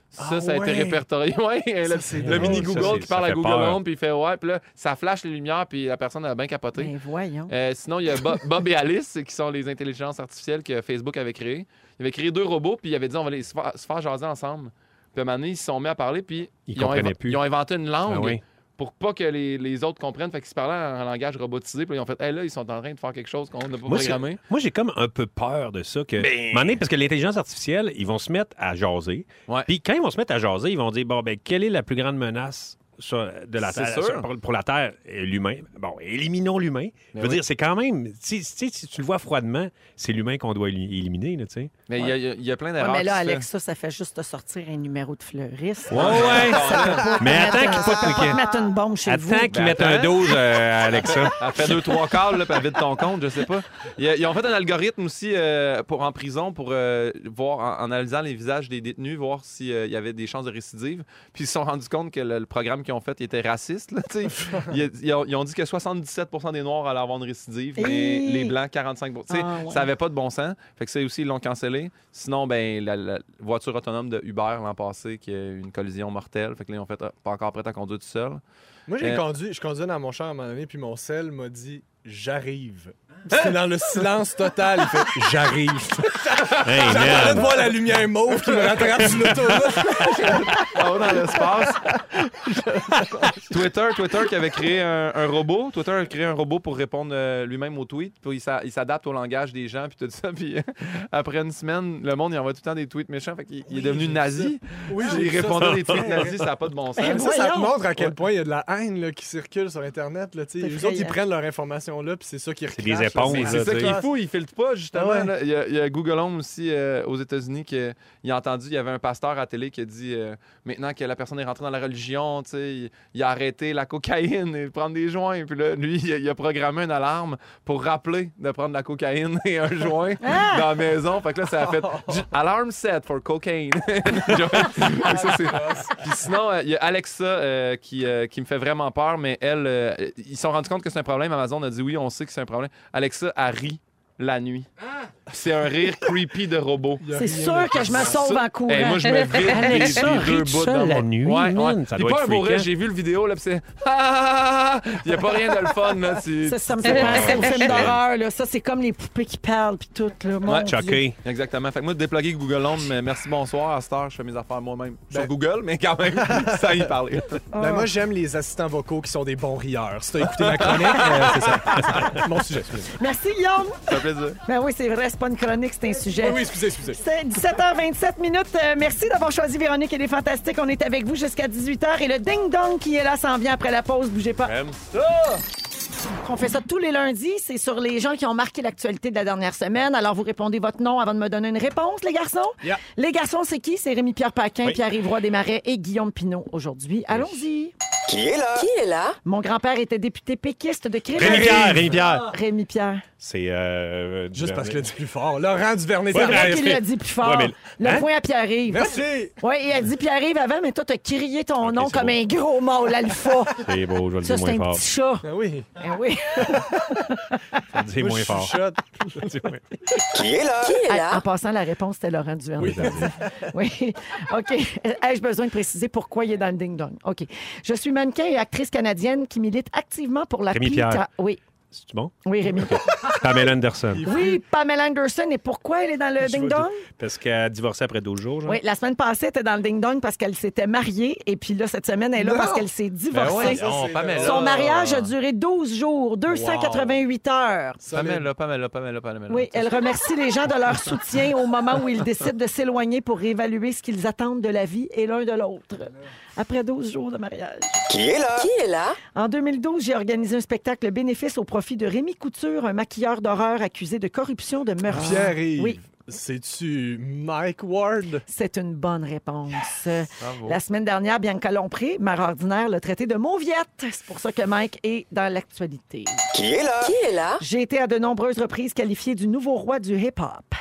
Ça, Ah ça a été ouais. répertorié. Ouais, le Ça, Euh, c'est le drôle, mini ça, Google c'est- qui ça parle à fait Google peur. Home, puis il fait ouais, puis là, ça flash les lumières, puis la personne a bien capoté. Mais Ben, voyons. Euh, sinon, il y a Bo- Bob et Alice, qui sont les intelligences artificielles que Facebook avait créées. Il avait créé deux robots, puis il avait dit on va les se faire, se faire jaser ensemble. Puis à un moment donné, ils se sont mis à parler, puis Ils ont, comprenaient inven- plus. ils ont inventé une langue Ah oui. pour pas que les, les autres comprennent. Fait qu'ils se parlaient en, en langage robotisé, puis ils ont fait hey, là, ils sont en train de faire quelque chose qu'on n'a pas Moi, programmé. c'est- moi, j'ai comme un peu peur de ça. Que, un moment donné, parce que l'intelligence artificielle, ils vont se mettre à jaser. Puis quand ils vont se mettre à jaser, ils vont dire bon, ben, quelle est la plus grande menace sur- de la C'est Terre, sûr. sur- pour, pour la Terre et l'humain Bon, éliminons l'humain. Je Ben veux oui. dire, c'est quand même. Si, si- si tu le vois froidement, c'est l'humain qu'on doit éli- éliminer, là, tu sais. Mais il y a- il y, a- il y a plein Ouais, d'erreurs. mais là, qui se fait. Alexa, ça fait juste te sortir un numéro de fleuriste. Ouais, ouais. Ça peut pas te Mais mettre- attends qu'il ça peut faut pas que- te mettre une bombe chez vous. Attends qu'ils mettent un 12 euh, à Alexa. Elle fait deux, trois calls, là, puis elle vide ton compte, je sais pas. Ils, euh, ils ont fait un algorithme aussi euh, pour, en prison pour euh, voir, en, en analysant les visages des détenus, voir s'il y avait des chances de récidive. Puis ils se sont rendus compte que le, le programme qu'ils ont fait était raciste. là, tu sais. ils, ils ont, ils ont dit que 77 des Noirs allaient avoir une récidive, mais Hey! les Blancs, 45 Tu sais, Ah, ouais. Ça avait pas de bon sens. Fait que ça aussi, ils l'ont cancellé. Sinon, ben, la, la voiture autonome de Uber l'an passé, qui a eu une collision mortelle. Fait que là, ils ont fait ah, pas encore prête à conduire tout seul. Moi, j'ai Euh, conduit, je conduisais dans mon char à un moment donné, puis mon sel m'a dit j'arrive. C'est dans le silence total. Il fait j'arrive. Hey, J'attendais man. de voir la lumière mauve qui me rattrape sur l'autoroute. haut dans l'espace. Twitter, Twitter qui avait créé un, un robot. Twitter a créé un robot pour répondre euh, lui-même aux tweets. Puis il s'a- il s'adapte au langage des gens, puis tout ça. Puis euh, après une semaine, le monde, il envoie tout le temps des tweets méchants. Fait qu'il il est devenu nazi. Oui, j'ai il vu ça. répondait des tweets nazis, ça n'a pas de bon sens. Mais ça, ça te montre à quel point il y a de la haine là, qui circule sur Internet. Là, tu sais. C'est les autres, ils effrayant. prennent leur information là, puis c'est ça qui recrée. des éponges, Mais là, C'est ça tu qui sais. est fou, il filtre pas, justement. Ah ouais. là. Il, y a, il y a Google Home aussi euh, aux États-Unis qui euh, il a entendu, il y avait un pasteur à la télé qui a dit euh, maintenant que la personne est rentrée dans la religion, tu sais, il, il a arrêté la cocaïne et de prendre des joints. Puis là, lui, il a, il a programmé une alarme pour rappeler de prendre la cocaïne et un joint dans la maison. Fait que là, ça a fait j- alarm set for cocaine. Fait que ça, Ah, c'est- Puis sinon, euh, il y a Alexa euh, qui, euh, qui me fait vraiment peur, mais elle, euh, ils se sont rendus compte que c'est un problème. Amazon a dit oui, on sait que c'est un problème. Alexa, elle rit la nuit. C'est un rire creepy de robot. C'est sûr que je me sauve en courant. Eh, moi, je me vide les- Alexa, les deux ris bouts seule dans la mon- nuit, Ouais, man. ouais. Ça Puis doit pas être un beau rire, freakant. j'ai vu le vidéo, là, pis c'est. Ah! Il n'y a pas rien de le fun, là. tu- Ça, ça me fait penser aux films d'horreur. là. Ça, c'est comme les poupées qui parlent, puis tout. Là. Mon Ouais, Dieu. Exactement. Fait que moi, de déploguer Google Home, mais merci, bonsoir. À cette heure, je fais mes affaires moi-même. Sur Google, mais quand même, ça y parler. Ben, moi, j'aime les assistants vocaux qui sont des bons rieurs. Si t'as écouté ma chronique, euh, c'est ça. C'est ça. Mon sujet. excusez-moi. Merci, Guillaume. Ça fait plaisir. Ben oui, c'est vrai, c'est pas une chronique, c'est un sujet. Oui, oui, excusez, excusez. C'est 17h27 minutes. Euh, merci d'avoir choisi Véronique et les Fantastiques. On est avec vous jusqu'à 18h et le ding-dong qui est là s'en vient après la pause. Bougez pas. On fait ça tous les lundis. C'est sur les gens qui ont marqué l'actualité de la dernière semaine. Alors, vous répondez votre nom avant de me donner une réponse, les garçons. Yeah. Les garçons, c'est qui? C'est Rémi-Pierre Paquin, Oui. Pierre-Yves Roy Desmarais et Guillaume Pinot aujourd'hui. Allons-y. Qui est là? Qui est là? Mon grand-père était député péquiste de Québec. Rémi Pierre, Rémi Ah. Pierre. Rémi Pierre. C'est. euh, Juste parce Duvernay. qu'il a dit plus fort. Laurent Duvernay. C'est vrai Tardif. qu'il l'a dit plus fort. Ouais, mais- Le Hein? point à Pierre-Yves. Merci. Oui, il a dit Pierre-Yves avant, mais toi, t'as crié ton nom comme un gros mâle alpha. C'est beau, je vais le Ça, dire c'est un moins fort. petit chat. Ah oui. Ah oui. Je vais le dire Moi, moins je fort. chuchote. Je vais le dire moins- Qui est là? En, en passant, la réponse, c'était Laurent Duvernay. Oui, Duvernay. Oui. OK. Ai-je besoin de préciser pourquoi il est dans le ding-dong? OK. Je suis mannequin et actrice canadienne qui milite activement pour la Rémi pita- Pierre. Oui. C'est-tu bon? Oui, Rémi. Pamela Anderson. Oui, Pamela Anderson. Et pourquoi elle est dans le ding-dong? Parce qu'elle a divorcé après 12 jours, genre. Oui, la semaine passée, elle était dans le ding-dong parce qu'elle s'était mariée. Et puis là, cette semaine, elle est là Non! parce qu'elle s'est divorcée. Ben ouais, ça, c'est- Pamela. Son mariage a duré 12 jours, 288 heures. Pamela, Pamela, Pamela, Pamela. Oui, elle remercie les gens de leur soutien au moment où ils décident de s'éloigner pour réévaluer ce qu'ils attendent de la vie et l'un de l'autre. Après 12 jours de mariage. Qui est là? Qui est là? En 2012, j'ai organisé un spectacle bénéfice au profit de Rémi Couture, un maquilleur d'horreur accusé de corruption, de meurtre. Pierre-Yves, Oui, c'est-tu Mike Ward? c'est une bonne réponse. Bravo. La semaine dernière, Bianca Lompré, mère ordinaire, l'a traité de mauviette. C'est pour ça que Mike est dans l'actualité. Qui est là? Qui est là? J'ai été à de nombreuses reprises qualifiée du nouveau roi du hip-hop.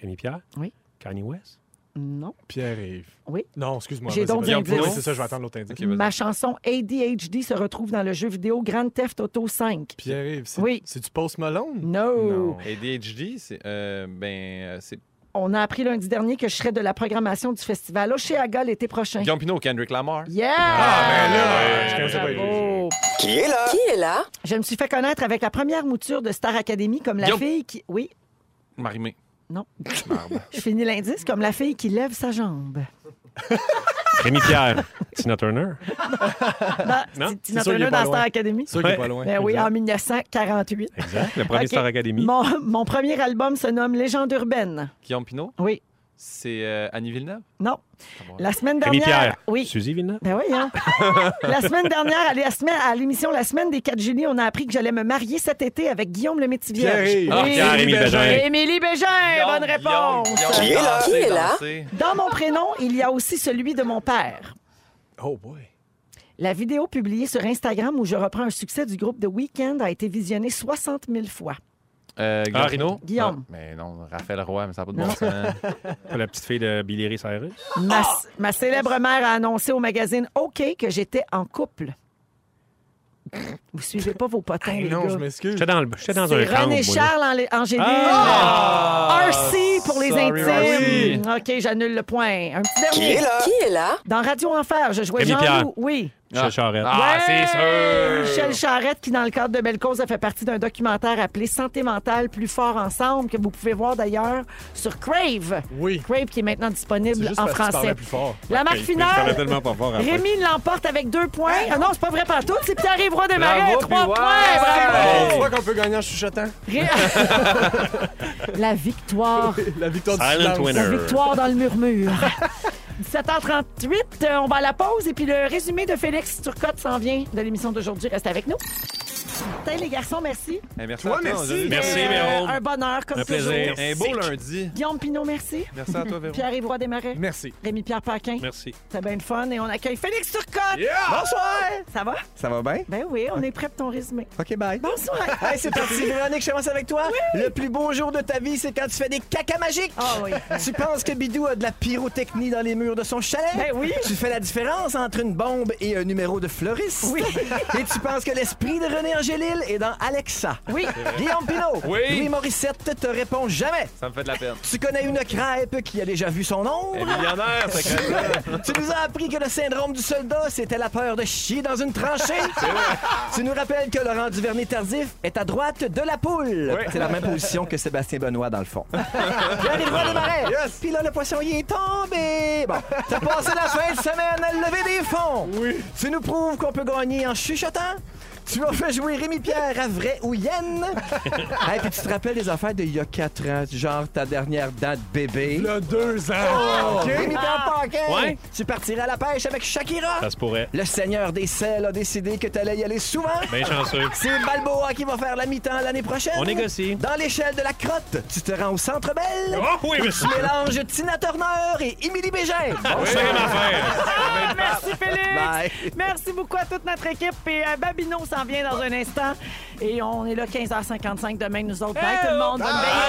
Rémi Pierre? Oui. Kanye West? Non. Pierre-Yves. Oui. Non, excuse-moi. J'ai vas-y, donc vas-y. des indices. Oui, c'est ça, je vais attendre l'autre indice. Ma chanson ADHD se retrouve dans le jeu vidéo Grand Theft Auto 5. Pierre-Yves, c'est Oui. c'est du Post Malone? No. ADHD, c'est. euh, ben, euh, c'est. On a appris lundi dernier que je serai de la programmation du festival Oceaga l'été prochain. Guillaume Pinot, Kendrick Lamar. Yeah! Ah, ben là, Ouais, je connaissais pas bravo. Qui est là? Qui est là? Je me suis fait connaître avec la première mouture de Star Academy comme la Guillaume. fille qui... Oui, Marimé. non. Merde. Je finis l'indice comme la fille qui lève sa jambe. Rémi Pierre. Tina Turner? Non, Ah, Non? Tina C'est sûr qu'il est Turner pas dans loin. Star Academy. C'est sûr qu'il est pas loin. Ben oui, Exact. en 1948. Exact, le premier Ok. Star Academy. Mon, mon premier album se nomme Légende urbaine. Guillaume Pinot? Oui. C'est euh, Annie Villeneuve? Non. La semaine Rémi dernière. Pierre. Oui. Suzy Villeneuve? Ben oui, hein. La semaine dernière, à la semaine- à l'émission La semaine des 4 juillet, on a appris que j'allais me marier cet été avec Guillaume le métivier. Pierre-Yves. Ah, Pierre-Émile Bégin. Émilie Bégin, bonne réponse. Guillaume, Qui est là? dansez, Qui est là? dansez. Dans mon prénom, il y a aussi celui de mon père. Oh boy. La vidéo publiée sur Instagram où je reprends un succès du groupe The Weeknd a été visionnée 60 000 fois. Euh, Guillaume Ah, Pinot? Guillaume. Ah, mais non, Raphaël Roy, mais ça n'a pas de bon Non. sens. La petite fille de Billy Ray Cyrus? Ma, ma célèbre mère a annoncé au magazine OK que j'étais en couple. Vous suivez pas vos potins, les Non, gars. je m'excuse. J'étais dans, le- j'étais dans un C'est camp. René moi, là. Charles en- Angélil. Ah! RC pour les Sorry, intimes. OK, j'annule le point. Un petit dernier. Qui est là? Qui est là? Dans Radio Enfer, je jouais Rémi Pierre. Jean-Loup. Oui. Michel Charette. Ah, c'est Euh. Ouais! sûr! Michel Charette, qui, dans le cadre de Belle Cause, a fait partie d'un documentaire appelé Santé mentale, plus fort ensemble, que vous pouvez voir d'ailleurs sur Crave. Oui. Crave qui est maintenant C'est disponible juste en parce que tu français. parlais plus fort. La marque Ok, je parlais finale. tellement pas fort après. Rémi l'emporte avec deux points. Ah non, c'est pas vrai partout. C'est Pierre-Yves Roy de Marais. Bravo, Trois puis ouais. points. Bravo. Hey, Tu vois qu'on peut gagner en chuchotant? La victoire. La victoire du Silent silence. winner. La victoire dans le murmure. 17h38, euh, on va à la pause et puis le résumé de Félix Turcotte s'en vient de l'émission d'aujourd'hui. Restez avec nous. Martin, les garçons, merci. Eh, merci Toi, à toi. merci. Angélique. Merci, Euh, Véro. un bonheur, comme Un toujours. plaisir. Un beau lundi. Guillaume Pinot, merci. Merci à toi, Véro. Pierre-Yves Roy Desmarais. Merci. Rémi-Pierre Paquin. Merci. C'est bien le fun et on accueille Félix Turcotte. Yeah! Bonsoir. Ça va? Ça va bien? Ben oui, on est prêt pour ton résumé. OK, bye. Bonsoir. Hey, c'est parti, Véronique, je commence avec toi. Le plus beau jour de ta vie, c'est quand tu fais des caca magiques. Ah oui. Tu penses que Bidou a de la pyrotechnie dans les murs de son chalet? Ben oui. Tu fais la différence entre une bombe et un numéro de fleuriste. Oui. Et tu penses que l'esprit de René Angélil est dans Alexa. Oui. Guillaume Pinot. Oui. Louis Morissette te répond jamais. Ça me fait de la peine. Tu connais une crêpe qui a déjà vu son ombre. Elle est millionnaire, cette crêpe-là. tu nous as appris que le syndrome du soldat, c'était la peur de chier dans une tranchée. tu nous rappelles que Laurent Duvernay-Tardif est à droite de la poule. Oui. C'est la même position que Sébastien Benoît, dans le fond. Pierre-Yves de Marais. Puis là, le poisson, il est tombé. Bon, t'as passé la fin de semaine à lever des fonds. Tu nous prouves qu'on peut gagner en chuchotant. Tu vas faire jouer Rémi Pierre à vrai ou yen. hey, puis tu te rappelles des affaires d'il y a 4 ans, genre ta dernière dent de bébé. Le 2 ans. OK. Rémi Pierre Paquin. Ouais. Tu partiras à la pêche avec Shakira. Ah. Ça se pourrait. Le seigneur des sels a décidé que t'allais y aller souvent. Bien chanceux. C'est Balboa qui va faire la mi-temps l'année prochaine. Ben. On négocie. Dans l'échelle de la crotte, tu te rends au Centre Bell. Oh oui, où monsieur. Tu mélanges Tina Turner et Émilie Bégin. Bon, Oui, même affaire. Ah, Merci Félix. Bye. Merci beaucoup à toute notre équipe et euh, Babino s'en vient dans un instant et on est là 15h55 demain nous autres. Bye tout le monde. Bonne veille.